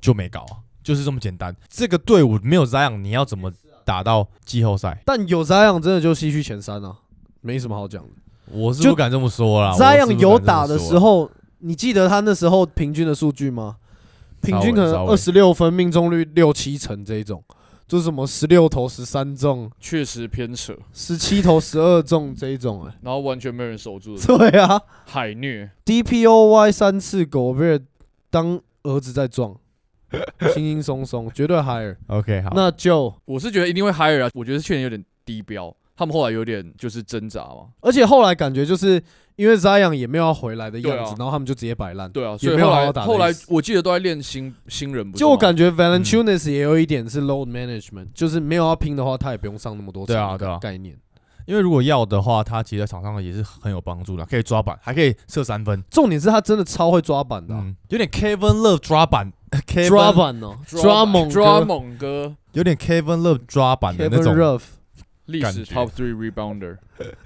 [SPEAKER 2] 就没搞啊，就是这么简单。这个队伍没有扎养，你要怎么打到季后赛？
[SPEAKER 1] 但有扎扬真的就西区前三啊，没什么好讲的。
[SPEAKER 2] 我是
[SPEAKER 1] 就
[SPEAKER 2] 不敢这么说啦。
[SPEAKER 1] 扎
[SPEAKER 2] 我是
[SPEAKER 1] 扬
[SPEAKER 2] 不敢
[SPEAKER 1] 有
[SPEAKER 2] 这么
[SPEAKER 1] 打的
[SPEAKER 2] 说啊
[SPEAKER 1] 时，候，你记得他那时候平均的数据吗？平均可能
[SPEAKER 2] 稍微
[SPEAKER 1] 二十六分，命中率六七成这一种，就是什么十六投十三中，
[SPEAKER 3] 确实偏扯，
[SPEAKER 1] 十七投十二中这一种、
[SPEAKER 2] (laughs)
[SPEAKER 1] 哎，
[SPEAKER 3] 然后完全没有人守住的
[SPEAKER 1] 对啊
[SPEAKER 3] 海虐，
[SPEAKER 1] ，DPOY 三次狗贝尔当儿子在撞，轻轻松松，绝对 higher。
[SPEAKER 2] OK 好，
[SPEAKER 1] 那就，
[SPEAKER 3] 我是觉得一定会 higher 啊，我觉得去年有点低标，他们后来有点就是挣扎嘛，
[SPEAKER 1] 而且后来感觉就是因为扎扬也没有要回来的
[SPEAKER 3] 对
[SPEAKER 1] 样
[SPEAKER 3] 啊
[SPEAKER 1] 子，然后他们就直接摆烂。
[SPEAKER 3] 对啊，
[SPEAKER 1] 也
[SPEAKER 3] 所以
[SPEAKER 1] 没有
[SPEAKER 3] 后
[SPEAKER 1] 好
[SPEAKER 3] 来
[SPEAKER 1] 好打的
[SPEAKER 3] 后来
[SPEAKER 1] 意思
[SPEAKER 3] 我记得都在练新新人，不是
[SPEAKER 1] 就我
[SPEAKER 3] 吗
[SPEAKER 1] 感觉 Valanciunas 也有一点是 load management，、就是没有要拼的话，他也不用上那么多场。
[SPEAKER 2] 对啊对啊
[SPEAKER 1] 概念。
[SPEAKER 2] 因为如果要的话，他其实在场上也是很有帮助的，可以抓板，还可以射三分，
[SPEAKER 1] 重点是他真的超会抓板的啊、
[SPEAKER 2] 嗯，有点 Kevin Love 抓板 (laughs) ，Kevin
[SPEAKER 1] 抓板哦，抓猛
[SPEAKER 3] (laughs) 抓
[SPEAKER 1] 哥
[SPEAKER 3] 猛哥，
[SPEAKER 2] 有点 Kevin Love 抓板的那
[SPEAKER 1] Kevin
[SPEAKER 2] 种
[SPEAKER 1] Love，
[SPEAKER 3] 历
[SPEAKER 2] 感
[SPEAKER 3] 史
[SPEAKER 2] 觉
[SPEAKER 3] top three rebounder，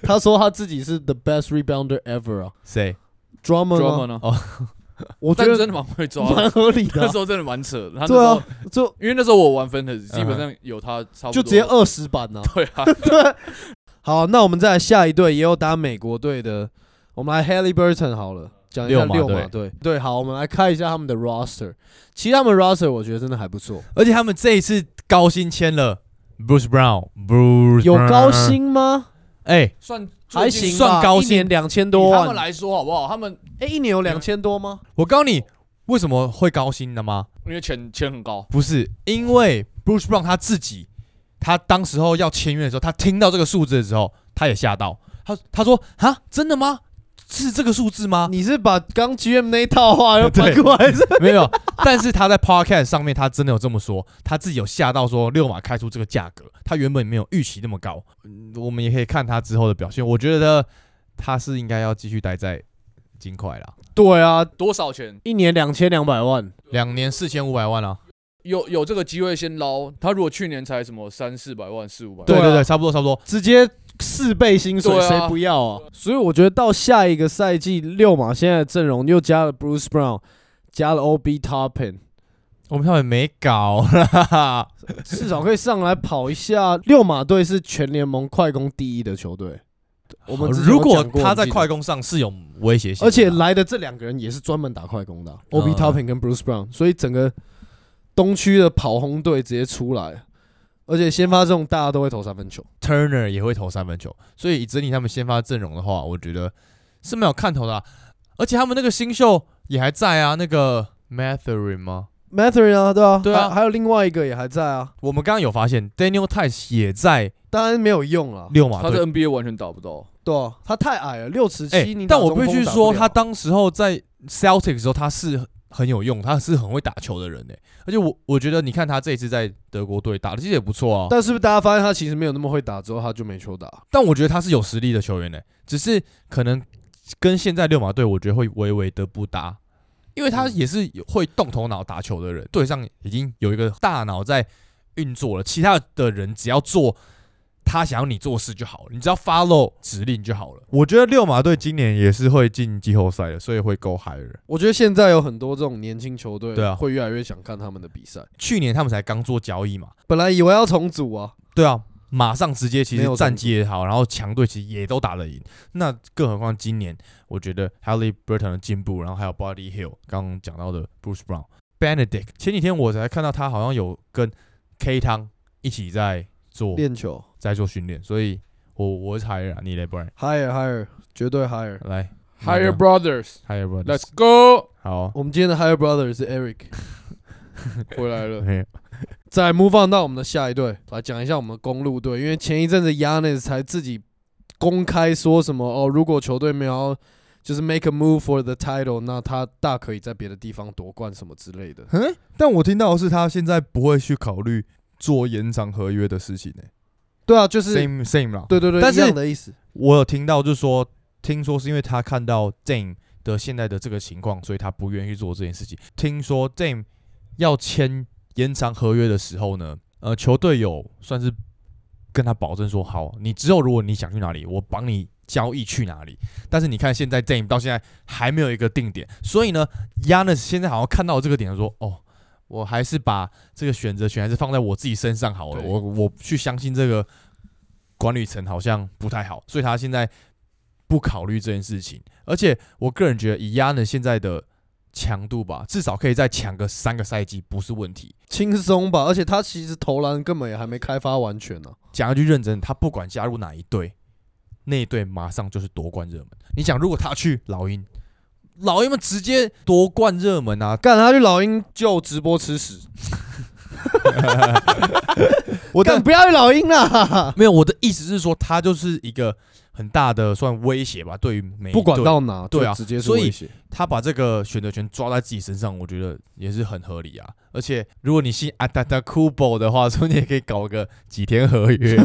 [SPEAKER 1] 他说他自己是 the best rebounder ever 啊
[SPEAKER 2] 谁？
[SPEAKER 1] ，drummer
[SPEAKER 3] 抓
[SPEAKER 1] 吗
[SPEAKER 3] 吗？呢？
[SPEAKER 1] 我觉
[SPEAKER 3] 啊但
[SPEAKER 1] 得
[SPEAKER 3] 真的蛮会抓
[SPEAKER 1] 蛮
[SPEAKER 3] 的，
[SPEAKER 1] 合理的
[SPEAKER 3] (laughs) 那
[SPEAKER 1] 啊、
[SPEAKER 3] 时候真的蛮扯的，他那时
[SPEAKER 1] 对
[SPEAKER 3] 候
[SPEAKER 1] 啊，就
[SPEAKER 3] 因为那时候我玩 fantasy，基本
[SPEAKER 2] 嗯
[SPEAKER 3] 上有他差不多
[SPEAKER 1] 就直接二十板 (laughs) 呢、
[SPEAKER 3] (laughs) 对啊，
[SPEAKER 1] 好，那我们再来下一队，也有打美国队的，我们来 Halliburton 好了，讲一下
[SPEAKER 2] 六马
[SPEAKER 1] 六
[SPEAKER 2] 队
[SPEAKER 1] 马队。对，好，我们来看一下他们的 roster。其实他们 roster 我觉得真的还不错，
[SPEAKER 2] 而且他们这一次高薪签了 Bruce Brown，Bruce
[SPEAKER 1] 有
[SPEAKER 2] Brown
[SPEAKER 1] 高，薪吗？
[SPEAKER 2] 哎，
[SPEAKER 3] 算
[SPEAKER 1] 还
[SPEAKER 3] 最近
[SPEAKER 1] 行吧，
[SPEAKER 2] 算高薪
[SPEAKER 1] 一年两千
[SPEAKER 3] 以
[SPEAKER 1] 多啊
[SPEAKER 3] 他们
[SPEAKER 1] 万。
[SPEAKER 3] 来说好不好？他们
[SPEAKER 1] 哎，一年有两千多吗？
[SPEAKER 2] 我告诉你为什么会高薪的吗？
[SPEAKER 3] 因为钱钱很高，
[SPEAKER 2] 不是因为 Bruce Brown 他自己，他当时候要签约的时候，他听到这个数字的时候，他也吓到，他他说啊，真的吗？是这个数字吗？
[SPEAKER 1] 啊你是把刚 GM 那一套话又搬过来是？
[SPEAKER 2] (laughs) 没有，但是他在 podcast 上面，他真的有这么说，他自己有吓到说六马开出这个价格，他原本没有预期那么高。嗯我们也可以看他之后的表现，我觉得他是应该要继续待在金块啦，
[SPEAKER 1] (laughs) 对啊，
[SPEAKER 3] 多少钱？
[SPEAKER 1] 一年两千两百万，
[SPEAKER 2] 两年四千五百万啊，
[SPEAKER 3] 有有这个机会先捞。他如果去年才什么三四百万、四五百万，
[SPEAKER 1] 对
[SPEAKER 2] 对
[SPEAKER 1] 啊
[SPEAKER 2] 对对，差不多差不多。
[SPEAKER 1] 直接四倍薪水，
[SPEAKER 3] 对啊
[SPEAKER 1] 谁不要啊？所以我觉得到下一个赛季，六马现在的阵容又加了 Bruce Brown，加了 OB (laughs) Toppin，
[SPEAKER 2] 我们他们没搞啦，
[SPEAKER 1] 至少可以上来跑一下。六马队是全联盟快攻第一的球队，我们之前
[SPEAKER 2] 如
[SPEAKER 1] 有
[SPEAKER 2] 果
[SPEAKER 1] 讲过
[SPEAKER 2] 他在，快
[SPEAKER 1] 你记
[SPEAKER 2] 攻上是有威胁
[SPEAKER 1] 得
[SPEAKER 2] 性的啦，
[SPEAKER 1] 而且来的这两个人也是专门打快攻的啊、
[SPEAKER 2] 嗯
[SPEAKER 1] OB Toppin 跟 Bruce Brown，所以整个东区的跑轰队直接出来，而且先发这种大家都会投三分球。
[SPEAKER 2] Turner 也会投三分球，所以以整体他们先发阵容的话，我觉得是蛮有看头的啊、而且他们那个新秀也还在啊，那个 Matherin 吗？
[SPEAKER 1] Matherin 啊，对啊，
[SPEAKER 2] 对啊
[SPEAKER 1] 还还有另外一个也还在啊，
[SPEAKER 2] 我们刚刚有发现 Daniel Tice 也在
[SPEAKER 1] 当然没有用啊。
[SPEAKER 2] 六马
[SPEAKER 3] 他在
[SPEAKER 2] 队，
[SPEAKER 3] NBA 完全打不到。
[SPEAKER 1] 对啊、他太矮了，六尺
[SPEAKER 2] 哎、
[SPEAKER 1] 七。你打
[SPEAKER 2] 但我
[SPEAKER 1] 中
[SPEAKER 2] 必
[SPEAKER 1] 锋
[SPEAKER 2] 须
[SPEAKER 1] 打不
[SPEAKER 2] 说，
[SPEAKER 1] 了
[SPEAKER 2] 他当时候在 Celtic 的时候，他是很有用，他是很会打球的人呢、而且我我觉得，你看他这一次在德国队打的其实也不错啊，但
[SPEAKER 1] 但是不是大家发现他其实没有那么会打，之后他就没球打。
[SPEAKER 2] 我觉得他是有实力的球员呢、只是可能跟现在六马队，我觉得会微微的不搭。因为他
[SPEAKER 1] 嗯
[SPEAKER 2] 也是有会动头脑打球的人，队上已经有一个大脑在运作了，其他的人只要做他想要你做的事就好了，你只要 follow 指令就好了。我觉得六马队今年也是会进季后赛的，所以会够嗨的。
[SPEAKER 1] 我觉得现在有很多这种年轻球队，
[SPEAKER 2] 对啊
[SPEAKER 1] 会越来越想看他们的比赛。
[SPEAKER 2] 去年他们才刚做交易嘛，
[SPEAKER 1] 本来以为要重组啊，
[SPEAKER 2] 对啊，马上直接其
[SPEAKER 1] 没有重
[SPEAKER 2] 实战绩也好，然后强队其实也都打得赢。那更何况今年，我觉得 Haley Burton 的进步，然后还有 Body Hill 刚刚讲到的 Bruce Brown、Benedict，前几天我才看到他好像有跟 K 汤一起在做
[SPEAKER 1] 练球
[SPEAKER 2] 在做训练，所以我我猜啊，你嘞 b r a n
[SPEAKER 1] higher higher，绝对 higher。
[SPEAKER 2] 来那
[SPEAKER 3] Higher
[SPEAKER 2] 个
[SPEAKER 3] Brothers，Let's
[SPEAKER 2] Higher Brothers，
[SPEAKER 1] (laughs)
[SPEAKER 3] go，
[SPEAKER 2] 好啊
[SPEAKER 1] 我们今天的 higher brother 是 Eric，
[SPEAKER 3] 回来了。
[SPEAKER 2] ，OK，
[SPEAKER 1] 再 move on 到我们的下一队，来讲一下我们的公路队，因为前一阵子 Yanis 才自己公开说什么哦，如果球队没有要就是 make a move for the title，那他大可以在别的地方夺冠什么之类的。
[SPEAKER 2] 嗯，但我听到的是他现在不会去考虑做延长合约的事情欸呢、
[SPEAKER 1] 对啊，就是
[SPEAKER 2] same same 啦，
[SPEAKER 1] 对对对，
[SPEAKER 2] 但是
[SPEAKER 1] 一样的意思。
[SPEAKER 2] 我有听到，就是说，听说是因为他看到 Dame 的现在的这个情况，所以他不愿意去做这件事情。听说 Dame 要签延长合约的时候呢，呃，球队有算是跟他保证说，好，你之后如果你想去哪里，我帮你交易去哪里。但是你看现在 Dame 到现在还没有一个定点，所以呢，Yanis 现在好像看到这个点说，哦。我还是把这个选择权还是放在我自己身上好了，
[SPEAKER 1] 对
[SPEAKER 2] 我我去相信这个管理层好像不太好，所以他现在不考虑这件事情。而且我个人觉得，以亚呢现在的强度吧，至少可以再抢个三个赛季不是问题。
[SPEAKER 1] 轻松吧，而且他其实投篮根本也还没开发完全啊呢、
[SPEAKER 2] 讲一句认真的，他不管加入哪一队，那一队马上就是夺冠热门。你想，如果他去老鹰，老鹰们直接夺冠热门啊！
[SPEAKER 1] (laughs) 干他去老鹰就直播吃 (laughs) 屎，
[SPEAKER 2] 我
[SPEAKER 1] 干
[SPEAKER 2] 但
[SPEAKER 1] 不要去老鹰啦，
[SPEAKER 2] 没有我的意思是说，他就是一个很大的算威胁吧，对于每一
[SPEAKER 1] 不管
[SPEAKER 2] 队
[SPEAKER 1] 到哪，
[SPEAKER 2] 对啊
[SPEAKER 1] 就直接是
[SPEAKER 2] 所以
[SPEAKER 1] 威胁。
[SPEAKER 2] 他把这个选择权抓在自己身上，我觉得也是很合理啊。而且如果你信阿达达库博的话，说不定也可以搞个几天
[SPEAKER 1] (laughs)
[SPEAKER 2] 合约。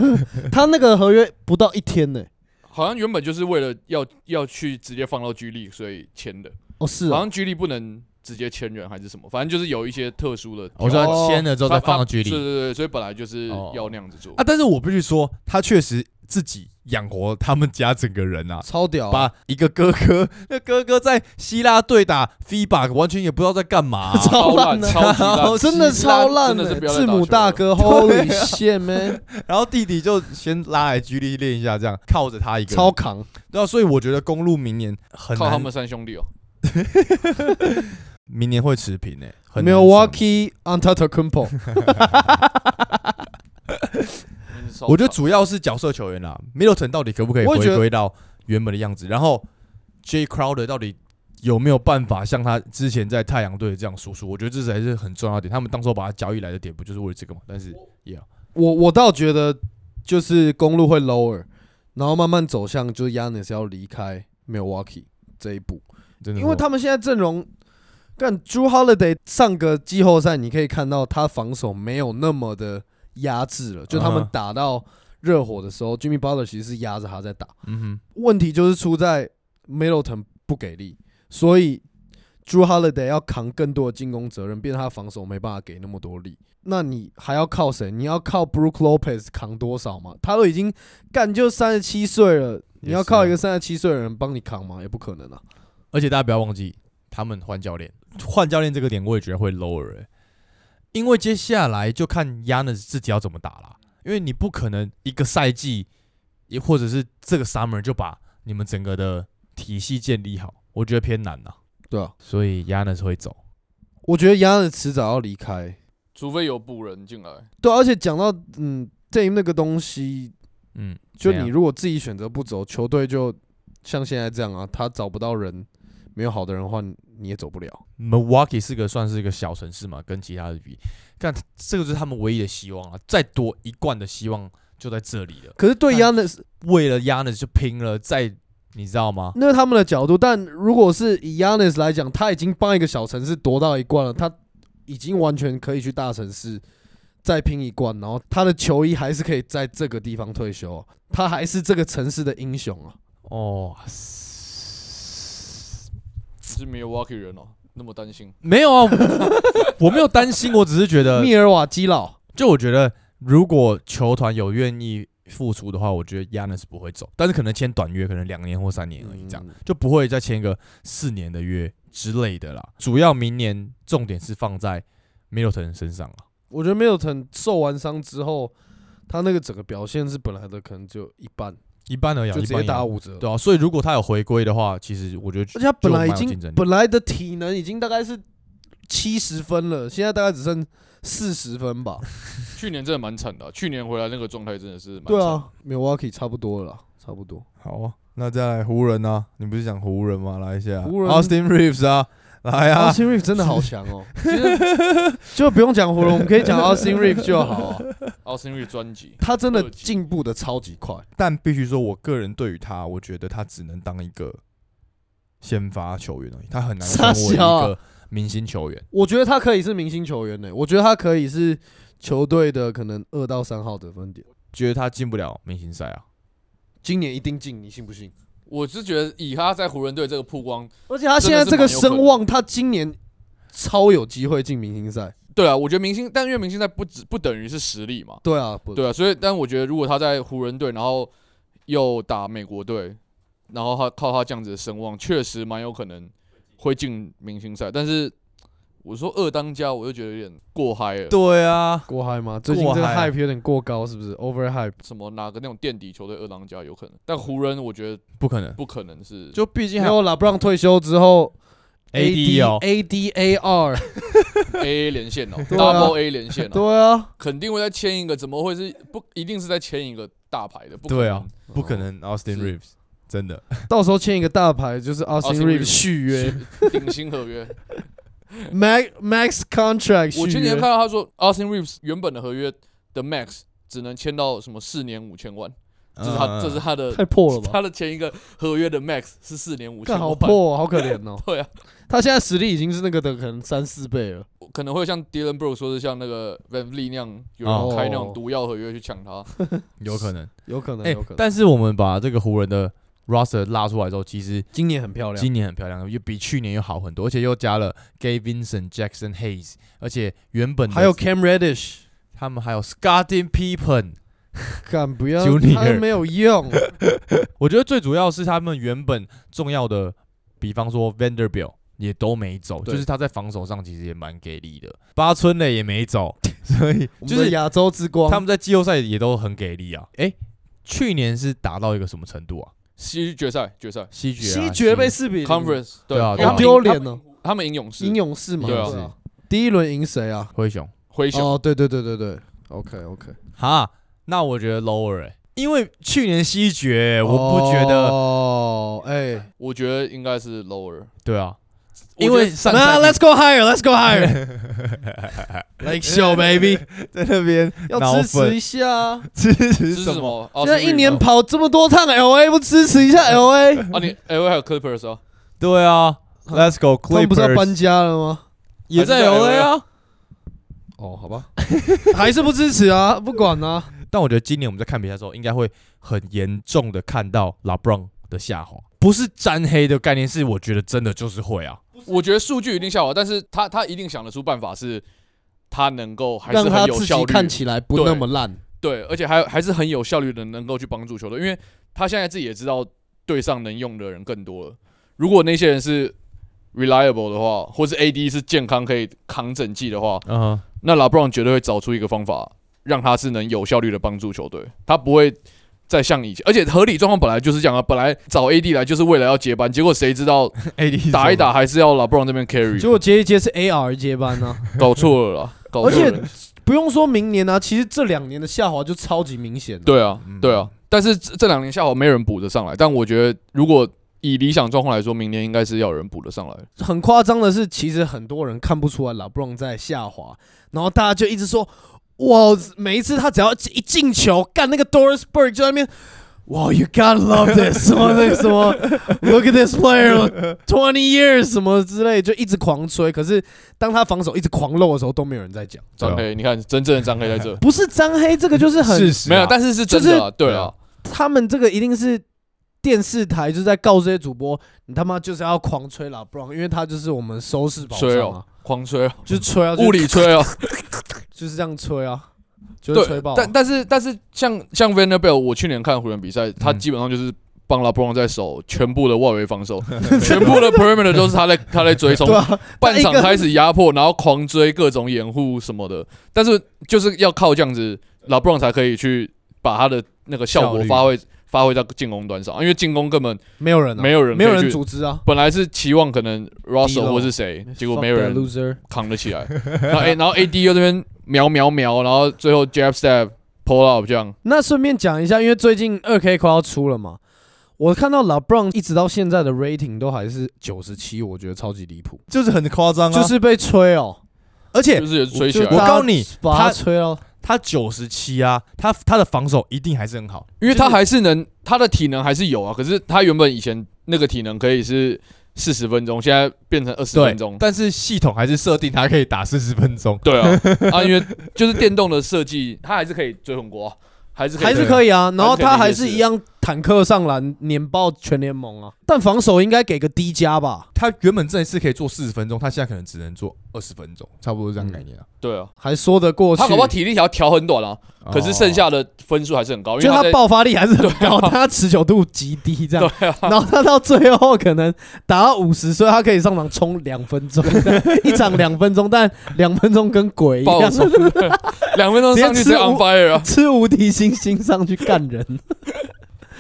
[SPEAKER 1] 他那个合约不到一天呢、
[SPEAKER 3] 好像原本就是为了要要去直接放到 G 力，所以签的。
[SPEAKER 1] 哦是
[SPEAKER 3] 好
[SPEAKER 1] 啊，
[SPEAKER 3] 像 G 力不能直接签人还是什么，反正就是有一些特殊的条
[SPEAKER 2] 我
[SPEAKER 3] 款。
[SPEAKER 2] 说他签了之后再放
[SPEAKER 1] 哦
[SPEAKER 2] 到局
[SPEAKER 3] 对
[SPEAKER 2] 里
[SPEAKER 3] 对对，所以本来就是
[SPEAKER 2] 哦
[SPEAKER 3] 要那样子
[SPEAKER 1] (laughs)
[SPEAKER 3] 做。
[SPEAKER 2] 啊，但是我必须说，他确实自己养活他们家整个人啊。
[SPEAKER 1] 超屌、啊，
[SPEAKER 2] 把一个哥哥，那哥哥在希腊队打 FIBA，完全也不知道在干嘛、
[SPEAKER 1] (laughs) 超烂
[SPEAKER 3] 烂，
[SPEAKER 1] 的
[SPEAKER 3] 超级烂，
[SPEAKER 1] 哦 (laughs) 真的超烂欸
[SPEAKER 3] 真的是不要再
[SPEAKER 1] 字
[SPEAKER 3] 打球
[SPEAKER 1] 母
[SPEAKER 3] 了
[SPEAKER 1] 大 (laughs) 哥，Holy shit man，
[SPEAKER 2] 然后弟弟就先拉来居力练一下，这样靠着他一个人。
[SPEAKER 1] 超扛。
[SPEAKER 2] 对啊，所以我觉得公路明年很
[SPEAKER 3] 靠他
[SPEAKER 2] 难，
[SPEAKER 3] 们三兄弟哦。
[SPEAKER 2] 明年会持平诶、很难上
[SPEAKER 1] Milwaukee a n t a t o k u m p o
[SPEAKER 3] 真的是超
[SPEAKER 2] 我觉得
[SPEAKER 3] 惨
[SPEAKER 2] 主要是角色球员啦，Middleton 到底可不可以
[SPEAKER 1] 我也觉得
[SPEAKER 2] 回归到原本的样子？然后 J Crowder 到底有没有办法像他之前在太阳队这样输出？我觉得这才是很重要的点。他们当初把他交易来的点不就是为了这个嘛？但是
[SPEAKER 1] 我我倒觉得就是公路会 lower，然后慢慢走向就是 Yanis 要离开 Milwaukee 这一步。
[SPEAKER 2] 真的，
[SPEAKER 1] 因为他们现在阵容，干 Drew Holiday 上个季后赛你可以看到他防守没有那么的压制了，就他
[SPEAKER 2] 嗯
[SPEAKER 1] 们
[SPEAKER 2] 哼
[SPEAKER 1] 打到热火的时候，Jimmy Butler 其实是压着他在打，
[SPEAKER 2] 嗯
[SPEAKER 1] 问题就是出在 Middleton 不给力，所以 Drew Holiday 要扛更多的进攻责任，变成他防守没办法给那么多力。那你还要靠谁？你要靠 Brook Lopez 扛多少嘛？他都已经干就三十七岁了，
[SPEAKER 2] 也
[SPEAKER 1] 你要
[SPEAKER 2] 是
[SPEAKER 1] 靠
[SPEAKER 2] 啊
[SPEAKER 1] 一个三十七岁的人帮你扛吗？也不可能啊。
[SPEAKER 2] 哼，而且大家不要忘记，他们换教练，换教练这个点我也觉得会 lower，、欸、因为接下来就看 Yanis 自己要怎么打啦。因为你不可能一个赛季，也或者是这个 summer 就把你们整个的体系建立好，我觉得偏难呐、
[SPEAKER 1] 对啊，
[SPEAKER 2] 所以 Yanis 会走。
[SPEAKER 1] 我觉得 y a n 迟早要离开。
[SPEAKER 3] 除非有补人进来，
[SPEAKER 1] 对啊、而且讲到嗯 d a 那个东西，
[SPEAKER 2] 嗯，
[SPEAKER 1] 就
[SPEAKER 2] 怎
[SPEAKER 1] 你
[SPEAKER 2] 样
[SPEAKER 1] 如果自己选择不走，球队就像现在这样啊，他找不到人，没有好的人的话，你你也走不了。
[SPEAKER 2] Milwaukee 是个算是一个小城市嘛，跟其他的比，看这个就是他们唯一的希望了。啊再多一贯的希望就在这里了。
[SPEAKER 1] 可是对 y a
[SPEAKER 2] 但
[SPEAKER 1] n
[SPEAKER 2] 为了 Yanis 就拼了，在你知道吗？
[SPEAKER 1] 那是他们的角度，但如果是以 Yanis 来讲，他已经帮一个小城市夺到一冠了，他已经完全可以去大城市再拼一冠，然后他的球衣还是可以在这个地方退休啊、他还是这个城市的英雄啊！
[SPEAKER 2] 哦，
[SPEAKER 3] 只是没有 Walkie 人哦，那么担心。
[SPEAKER 2] 没有啊， (laughs) 我没有担心，我只是觉得，
[SPEAKER 1] 密尔瓦基佬，
[SPEAKER 2] 就我觉得如果球团有愿意付出的话，我觉得 Yanis 不会走，但是可能签短约，可能两年或三年而已这样。
[SPEAKER 1] 嗯
[SPEAKER 2] 就不会再签个四年的约之类的啦。主要明年重点是放在 Middleton 身上啊了。
[SPEAKER 1] 我觉得 Middleton 受完伤之后，他那个整个表现是本来的可能只有一半，
[SPEAKER 2] 一般而言，啊
[SPEAKER 1] 就直
[SPEAKER 2] 一
[SPEAKER 1] 接
[SPEAKER 2] 般而言
[SPEAKER 1] 打五折。
[SPEAKER 2] 对啊，所以如果他有回归的话，其实我觉
[SPEAKER 1] 而且
[SPEAKER 2] 得
[SPEAKER 1] 他本来已
[SPEAKER 2] 就蛮有竞
[SPEAKER 1] 经
[SPEAKER 2] 争力
[SPEAKER 1] 本来的体能已经大概是七十分了，现在大概只剩四十分吧。
[SPEAKER 3] 去年真的蛮惨的啊、去年回来那个状态真的是蛮
[SPEAKER 1] 对
[SPEAKER 3] 惨的，
[SPEAKER 1] 啊，Milwaukee 差不多了啦，差不多。
[SPEAKER 2] 好啊。那再来湖人啊，你不是讲湖人吗？来一下
[SPEAKER 1] 湖人
[SPEAKER 2] Austin Reeves 啊，来
[SPEAKER 1] Austin Reeves 真的好强 (laughs) 哦，其实就不用讲湖人，我们可以讲 Austin Reeves 就好 (laughs) 啊。
[SPEAKER 3] 奥斯汀瑞专辑
[SPEAKER 1] 他真的进步的超级快，
[SPEAKER 2] 但必须说，我个人对于他，我觉得他只能当一个先发球员而已，他很难成
[SPEAKER 1] 傻
[SPEAKER 2] 为一
[SPEAKER 1] 小啊
[SPEAKER 2] 个明星球员。
[SPEAKER 1] 我觉得他可以是明星球员呢、我觉得他可以是球队的可能二到三号得分点，
[SPEAKER 2] 觉得他进不了明星赛啊，
[SPEAKER 1] 今年一定进，你信不信？
[SPEAKER 3] 我是觉得以他在湖人队这个曝光，
[SPEAKER 1] 而且他现在这个声望，他今年超有机会进明星赛。
[SPEAKER 3] 对啊，我觉得明星，但因为明星赛不只不等于是实力嘛，
[SPEAKER 1] 对啊，不
[SPEAKER 3] 对啊，所以但我觉得如果他在湖人队，然后又打美国队，然后他靠他这样子的声望，确实蛮有可能会进明星赛。但是我说二当家，我就觉得有点过嗨了。
[SPEAKER 2] 对啊，
[SPEAKER 1] 过嗨啊吗？最近这个
[SPEAKER 2] 过嗨
[SPEAKER 1] hype 有点过高，是不是？Over hype。
[SPEAKER 3] 什么哪个那种垫底球队二当家有可能，但湖人我觉得
[SPEAKER 2] 不可能，
[SPEAKER 3] 不可能是
[SPEAKER 2] 就毕竟
[SPEAKER 1] 然
[SPEAKER 2] 还
[SPEAKER 1] 后 LeBron 退休之后
[SPEAKER 2] AD 哦，
[SPEAKER 1] A D A R，
[SPEAKER 3] A A 连线哦、
[SPEAKER 1] (laughs)
[SPEAKER 3] d
[SPEAKER 1] 对
[SPEAKER 3] o u
[SPEAKER 1] 啊
[SPEAKER 3] b l e A 连线哦、
[SPEAKER 1] 对啊，
[SPEAKER 3] 肯定会再签一个，怎么会是不一定是在签一个大牌的？不可
[SPEAKER 2] 对
[SPEAKER 3] 能哦
[SPEAKER 2] 啊，不可能 Austin
[SPEAKER 3] 是
[SPEAKER 2] Reeves 真的，
[SPEAKER 1] 到时候签一个大牌就是 Austin
[SPEAKER 3] Austin
[SPEAKER 1] Reeves
[SPEAKER 3] Reeves
[SPEAKER 1] 续约
[SPEAKER 3] (laughs) 顶薪合约。
[SPEAKER 1] ，Max (laughs) Max contract 续约。
[SPEAKER 3] 我今年看到他说 Austin Reeves 原本的合约的 Max 只能签到什么四年五千万， (laughs) 这是他
[SPEAKER 2] 嗯
[SPEAKER 3] 这是他的
[SPEAKER 1] 太破了吧？
[SPEAKER 3] (laughs) 他的前一个合约的 Max 是四年五千
[SPEAKER 1] 看好
[SPEAKER 3] 万，
[SPEAKER 1] 破、哦，好可怜哦。
[SPEAKER 3] (laughs)
[SPEAKER 1] (laughs)
[SPEAKER 3] 对啊，
[SPEAKER 1] 他现在实力已经是那个的可能三四倍了。
[SPEAKER 3] 可能会像 Dylan Brooks 说是像那个 Van Vliet 那样，有
[SPEAKER 1] 哦
[SPEAKER 3] 人开那种毒药合约去抢他。
[SPEAKER 2] 有可能。
[SPEAKER 1] 有可能，
[SPEAKER 2] 哎
[SPEAKER 1] 有可，能。
[SPEAKER 2] 但是我们把这个湖人的 roster 拉出来之后，其实
[SPEAKER 1] 今年很
[SPEAKER 3] 啊
[SPEAKER 1] 漂亮，
[SPEAKER 2] 今年很漂亮，又比去年又好很多，而且又加了 Gay Vincent、Jackson Hayes，而且原本的
[SPEAKER 1] 还有 Cam Reddish，
[SPEAKER 2] 他们还有 Scotty Pippen。
[SPEAKER 1] 敢不要？
[SPEAKER 2] Junior
[SPEAKER 1] 他没有用。
[SPEAKER 2] 我觉得最主要是他们原本重要的，比方说 Vanderbilt 也都没走，
[SPEAKER 3] 对
[SPEAKER 2] 就是他在防守上其实也蛮给力的。八村垒也没走，所以
[SPEAKER 1] 我
[SPEAKER 2] 就
[SPEAKER 1] 们的
[SPEAKER 2] 是
[SPEAKER 1] 亚洲之光，
[SPEAKER 2] 他们在季后赛也都很给力啊。诶，去年是打到一个什么程度啊？
[SPEAKER 3] 西决赛决赛
[SPEAKER 2] 西决、啊，
[SPEAKER 1] 西决被四比零
[SPEAKER 3] Conference 对
[SPEAKER 2] 对啊对啊
[SPEAKER 3] 因为他
[SPEAKER 1] 好
[SPEAKER 3] 们
[SPEAKER 1] 丢
[SPEAKER 3] 赢
[SPEAKER 1] 脸哦。
[SPEAKER 3] 他们赢勇士
[SPEAKER 1] 赢勇士嘛，
[SPEAKER 3] 对啊
[SPEAKER 1] 啊。第一轮赢谁啊？
[SPEAKER 2] 灰熊
[SPEAKER 3] 灰熊，
[SPEAKER 1] 哦，对对对对对，OK OK。
[SPEAKER 2] 哈，那我觉得 lower 诶，因为去年西决、哎我不觉得，
[SPEAKER 1] 哦，哎，
[SPEAKER 3] 我觉得应该是 lower，
[SPEAKER 2] 对啊，
[SPEAKER 3] 我觉
[SPEAKER 2] 因
[SPEAKER 3] 得
[SPEAKER 2] 为上
[SPEAKER 1] 那
[SPEAKER 2] 赛
[SPEAKER 1] Let's
[SPEAKER 2] 季
[SPEAKER 1] go higher，Let's go
[SPEAKER 2] (laughs)
[SPEAKER 1] higher，Like show baby，
[SPEAKER 2] 在那边
[SPEAKER 1] 要
[SPEAKER 2] 脑
[SPEAKER 1] 支持
[SPEAKER 2] 粉
[SPEAKER 1] 一下啊。
[SPEAKER 2] 支
[SPEAKER 3] 这
[SPEAKER 2] 持
[SPEAKER 3] 是
[SPEAKER 2] 什
[SPEAKER 3] 什
[SPEAKER 2] 么？
[SPEAKER 1] 现
[SPEAKER 3] 么？
[SPEAKER 1] 在
[SPEAKER 3] Austin
[SPEAKER 1] 一年
[SPEAKER 3] Reeves
[SPEAKER 1] 跑这么多趟 LA，不支持一下 LA？
[SPEAKER 3] 啊，你 L A 还有 Clippers 啊，
[SPEAKER 2] 对啊，Let's go
[SPEAKER 1] 他们不是要
[SPEAKER 2] Clippers，
[SPEAKER 1] 搬家了吗？
[SPEAKER 2] 也在
[SPEAKER 3] 还是在
[SPEAKER 2] LA 啊。
[SPEAKER 1] 哦，好吧，还是不支持啊，不管啊。
[SPEAKER 2] 但我觉得今年我们在看比赛的时候，应该会很严重的看到 LeBron 的下滑，不是沾黑的概念，是我觉得真的就是会啊。
[SPEAKER 3] 我觉得数据一定下滑，但是他他一定想得出办法，是他能够还是
[SPEAKER 1] 让他
[SPEAKER 3] 很有
[SPEAKER 1] 自
[SPEAKER 3] 效
[SPEAKER 1] 己
[SPEAKER 3] 率，
[SPEAKER 1] 看起来不那么烂。
[SPEAKER 3] 对，而且还还是很有效率的能够去帮助球队，因为他现在自己也知道队上能用的人更多了。如果那些人是 reliable 的话，或是 AD 是健康可以扛整季的话，
[SPEAKER 2] 嗯哼， (laughs)
[SPEAKER 3] 那 LeBron 绝对会找出一个方法，让他是能有效率的帮助球队，他不会。再像以前，而且合理状况本来就是这样啊，本来找 AD 来就是为了要接班，结果谁知道
[SPEAKER 2] AD
[SPEAKER 3] 打一打还是要 LeBron 这边 carry，
[SPEAKER 1] 结果接一接是 AR 接班呢、 (laughs) 啊，
[SPEAKER 3] 搞错了啦，搞错
[SPEAKER 1] 而
[SPEAKER 3] 了
[SPEAKER 1] 且。不用说明年啊，其实这两年的下滑就超级明显了。
[SPEAKER 3] 对啊
[SPEAKER 2] 嗯，
[SPEAKER 3] 对啊。但是这这两年下滑没人补得上来，但我觉得如果以理想状况来说，明年应该是要有人补得上来。
[SPEAKER 1] 很夸张的是，其实很多人看不出来 LeBron 在下滑，然后大家就一直说，哇，每一次他只要一进球，干那个 Doris Burke 就在那边。哇、y o u gotta love this 什么那什么，Look (laughs) at this player twenty years 什么之类，就一直狂吹。可是当他防守一直狂漏的时候，都没有人在讲。
[SPEAKER 3] 张
[SPEAKER 2] 对
[SPEAKER 3] 黑，你看真正的张
[SPEAKER 1] (laughs)，
[SPEAKER 3] 黑在这
[SPEAKER 1] 不是张黑，这个就是很
[SPEAKER 2] 事实啊
[SPEAKER 3] 没有，但是是真的啊，对啊，
[SPEAKER 1] 他们这个一定是电视台就是在告诉这些主播，你他妈就是要狂吹 LeBron，因为他就是我们收视榜
[SPEAKER 3] 吹
[SPEAKER 1] 上啊
[SPEAKER 3] 哦，，狂吹哦，
[SPEAKER 1] 就是吹啊，就是
[SPEAKER 3] 物理吹哦，
[SPEAKER 1] 就是这样吹啊， (laughs) 就是吹
[SPEAKER 3] 对
[SPEAKER 1] 爆啊。。
[SPEAKER 3] 但但是但是像像 Vanderbilt，我去年看湖人比赛，他
[SPEAKER 2] 嗯
[SPEAKER 3] 基本上就是。帮 LeBron 在守全部的外
[SPEAKER 1] (laughs)
[SPEAKER 3] 围防守，全部的 perimeter 都是他在他在追，从
[SPEAKER 1] 对啊，
[SPEAKER 3] 半场
[SPEAKER 1] 他一个
[SPEAKER 3] 开始压迫，然后狂追各种掩护什么的，但是就是要靠这样子，老布朗才可以去把他的那个效
[SPEAKER 2] 效
[SPEAKER 3] 果
[SPEAKER 2] 率
[SPEAKER 3] 发挥发挥到进攻端上，因为进攻根本
[SPEAKER 1] 没有人啊，
[SPEAKER 3] 没有人
[SPEAKER 1] 没有
[SPEAKER 3] 可以
[SPEAKER 1] 人
[SPEAKER 3] 去
[SPEAKER 1] 组织啊，
[SPEAKER 3] 本来是期望可能 Russell
[SPEAKER 1] D'Lo
[SPEAKER 3] 或是谁，结果没有
[SPEAKER 1] Fuck that
[SPEAKER 3] 人
[SPEAKER 1] loser。
[SPEAKER 3] 扛得起
[SPEAKER 1] (laughs)
[SPEAKER 3] 来，然后哎，然后 AD 又这边瞄瞄瞄，然后最后 jab step pull up 这样，
[SPEAKER 1] 那顺便讲一下，因为最近二 K 快要出了嘛，我看到 LeBron 一直到现在的 rating 都还是九十七，我觉得超级离谱，
[SPEAKER 2] 就是很夸张啊，
[SPEAKER 1] 就是被吹哦，
[SPEAKER 2] 而且
[SPEAKER 3] 就是也是追起
[SPEAKER 1] 就
[SPEAKER 3] 来
[SPEAKER 2] 我
[SPEAKER 1] 大
[SPEAKER 3] 了，
[SPEAKER 1] 家
[SPEAKER 2] 告诉你
[SPEAKER 1] 把他
[SPEAKER 2] 他
[SPEAKER 1] 吹哦，
[SPEAKER 2] 他九十七啊，他他的防守一定还是很好，
[SPEAKER 3] 因为他还是能他的体能还是有啊，可是他原本以前那个体能可以是四十分钟，现在变成二十
[SPEAKER 2] 对
[SPEAKER 3] 分钟，。
[SPEAKER 2] 但是系统还是设定它可以打四十分钟。
[SPEAKER 3] 对啊，啊，因为就是电动的设计，它还是可以追红国啊，还是
[SPEAKER 1] 还是
[SPEAKER 3] 以
[SPEAKER 1] 可以啊。然后
[SPEAKER 3] 还是可以
[SPEAKER 1] 他还
[SPEAKER 3] 理解
[SPEAKER 1] 是
[SPEAKER 3] 是
[SPEAKER 1] 一样坦克上篮碾爆全联盟啊，但防守应该给个低加吧，
[SPEAKER 2] 它原本这一次可以做四十分钟，它现在可能只能做二十分钟，差不多是这样概念啊。
[SPEAKER 3] 对啊，
[SPEAKER 1] 还说得过去
[SPEAKER 3] 他。搞不好体力条调很短啊，可是剩
[SPEAKER 2] 哦
[SPEAKER 3] 下的分数还是很高，因
[SPEAKER 1] 就
[SPEAKER 3] 为
[SPEAKER 1] 他
[SPEAKER 3] 在
[SPEAKER 1] 爆发力还是很高，
[SPEAKER 3] 对啊
[SPEAKER 1] 但他持久度极低，这样。
[SPEAKER 3] 对啊，
[SPEAKER 1] 然后他到最后可能打到五十，所以他可以上场冲两分钟， (laughs) 一场两分钟，但两分钟跟鬼一
[SPEAKER 3] 爆
[SPEAKER 1] 样，
[SPEAKER 3] 冲，
[SPEAKER 1] (laughs)
[SPEAKER 3] 两分钟上去
[SPEAKER 1] 直
[SPEAKER 3] 直
[SPEAKER 1] 接吃
[SPEAKER 3] 接 on
[SPEAKER 1] 五
[SPEAKER 3] fire
[SPEAKER 1] (laughs)
[SPEAKER 3] 啊，
[SPEAKER 1] 吃无敌星星上去干人。 (laughs)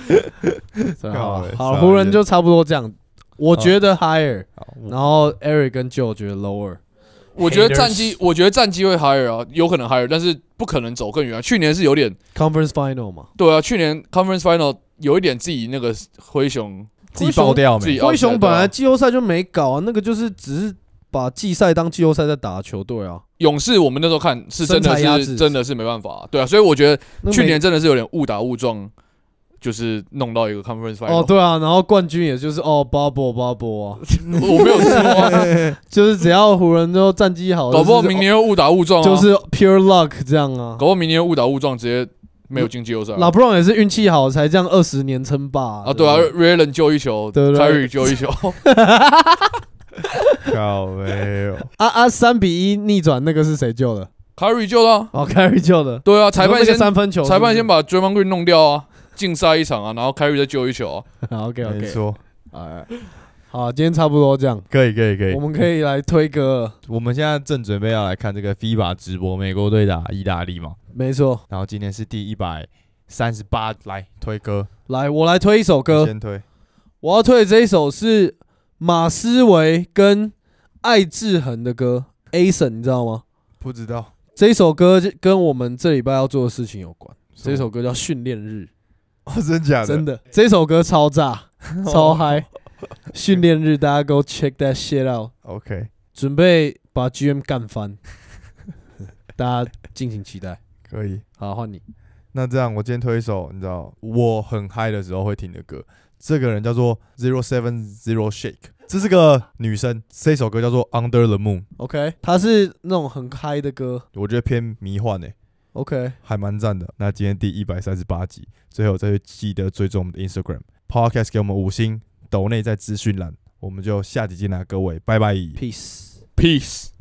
[SPEAKER 1] 对好了
[SPEAKER 2] 靠
[SPEAKER 1] 好了，
[SPEAKER 2] 傻
[SPEAKER 1] 湖
[SPEAKER 2] 眼
[SPEAKER 1] 人就差不多这样。我觉得 higher，
[SPEAKER 2] 哦好
[SPEAKER 1] 然后 Eric 跟 Joe 觉得 lower。
[SPEAKER 3] 我觉得战绩，我觉得战绩会 higher 啊，有可能 higher，但是不可能走更远啊。去年是有点，
[SPEAKER 1] Conference Final 嘛，
[SPEAKER 3] 对啊，去年 conference final 有一点自己那个灰熊
[SPEAKER 2] 自己爆掉
[SPEAKER 3] 自己
[SPEAKER 2] 没？
[SPEAKER 1] 灰
[SPEAKER 3] outside
[SPEAKER 1] 熊本
[SPEAKER 3] 对
[SPEAKER 1] 来
[SPEAKER 3] 啊
[SPEAKER 1] 季后赛就没搞啊，那个就是只是把季赛当季后赛在打的球队啊。
[SPEAKER 3] 勇士，我们那时候看是真
[SPEAKER 1] 身材压
[SPEAKER 3] 的
[SPEAKER 1] 制
[SPEAKER 3] 是真的是没办法啊、对啊，所以我觉得
[SPEAKER 1] 那
[SPEAKER 3] 去
[SPEAKER 1] 美
[SPEAKER 3] 年真的是有点误打误撞，就是弄到一个 conference final。
[SPEAKER 1] 哦，对啊，然后冠军也就是哦 bubble bubble 啊，
[SPEAKER 3] (laughs) 我没有说、啊，
[SPEAKER 1] (laughs) 就是只要湖人都战绩好，
[SPEAKER 3] 搞不好
[SPEAKER 1] 就是哦
[SPEAKER 3] 明年又误打误撞、啊，
[SPEAKER 1] 就是 pure luck 这样啊
[SPEAKER 3] 搞。不好明年又误打误撞直接没有进季后赛
[SPEAKER 1] 老
[SPEAKER 3] 啊。
[SPEAKER 1] 布朗也是运气好才这样二十年称霸啊
[SPEAKER 3] 啊，对啊 r a y l a n 救一球
[SPEAKER 1] 对不对
[SPEAKER 3] ，Kyrie 救一球， (laughs)
[SPEAKER 2] 靠没
[SPEAKER 3] (laughs)
[SPEAKER 2] 有，
[SPEAKER 1] 啊啊三比一逆转那个是谁救的？
[SPEAKER 3] Kyrie 救了啊、
[SPEAKER 1] 哦 Carry 救的，
[SPEAKER 3] 对啊，裁
[SPEAKER 1] 你说
[SPEAKER 3] 判
[SPEAKER 1] 那
[SPEAKER 3] 先
[SPEAKER 1] 个三分球是不是，
[SPEAKER 3] 裁判先把 Draymond Green 弄掉啊，禁赛一场啊，然后 Kyrie 再救一球啊。
[SPEAKER 1] 好 OK
[SPEAKER 2] 没
[SPEAKER 1] OK，
[SPEAKER 2] 错，
[SPEAKER 1] 哎，好，今天差不多这样，
[SPEAKER 2] 可以可以可以
[SPEAKER 1] 我。们可以来推歌了，
[SPEAKER 2] 我们现在正准备要来看这个 FIBA 直播美国队打意大利嘛，
[SPEAKER 1] 没错。
[SPEAKER 2] 然后今天是第一百三十八，来推歌，
[SPEAKER 1] 来，我来推一首歌，
[SPEAKER 2] 先推
[SPEAKER 1] 我要推的这一首是马思唯跟艾志恒的歌《Ason》，你知道吗？
[SPEAKER 2] 不知道
[SPEAKER 1] 这一首歌就跟我们这礼拜要做的事情有关。这首歌叫《训练日
[SPEAKER 2] (laughs) 哦，真假》，
[SPEAKER 1] 真的，这首歌超 (laughs) 炸、超嗨。训练日，大家 go check that shit out，
[SPEAKER 2] OK，
[SPEAKER 1] 准备把 GM 干 (laughs) 翻，大家敬请期待。
[SPEAKER 2] 可以。
[SPEAKER 1] 好，换你。
[SPEAKER 2] 那这样，我今天推一首你知道我很嗨的时候会听的歌，这个人叫做 Zero Seven Zero Shake，这是个女生，这首歌叫做 Under the Moon，
[SPEAKER 1] OK，它是那种很嗨的歌。
[SPEAKER 2] 我觉得偏迷幻欸诶、
[SPEAKER 1] OK，
[SPEAKER 2] 还蛮赞的。那今天第一百三十八集，最后再记得追踪我们的 Instagram podcast，给我们五星，抖内在资讯栏，我们就下集见啦，各位，拜拜。
[SPEAKER 1] Peace。
[SPEAKER 3] Peace。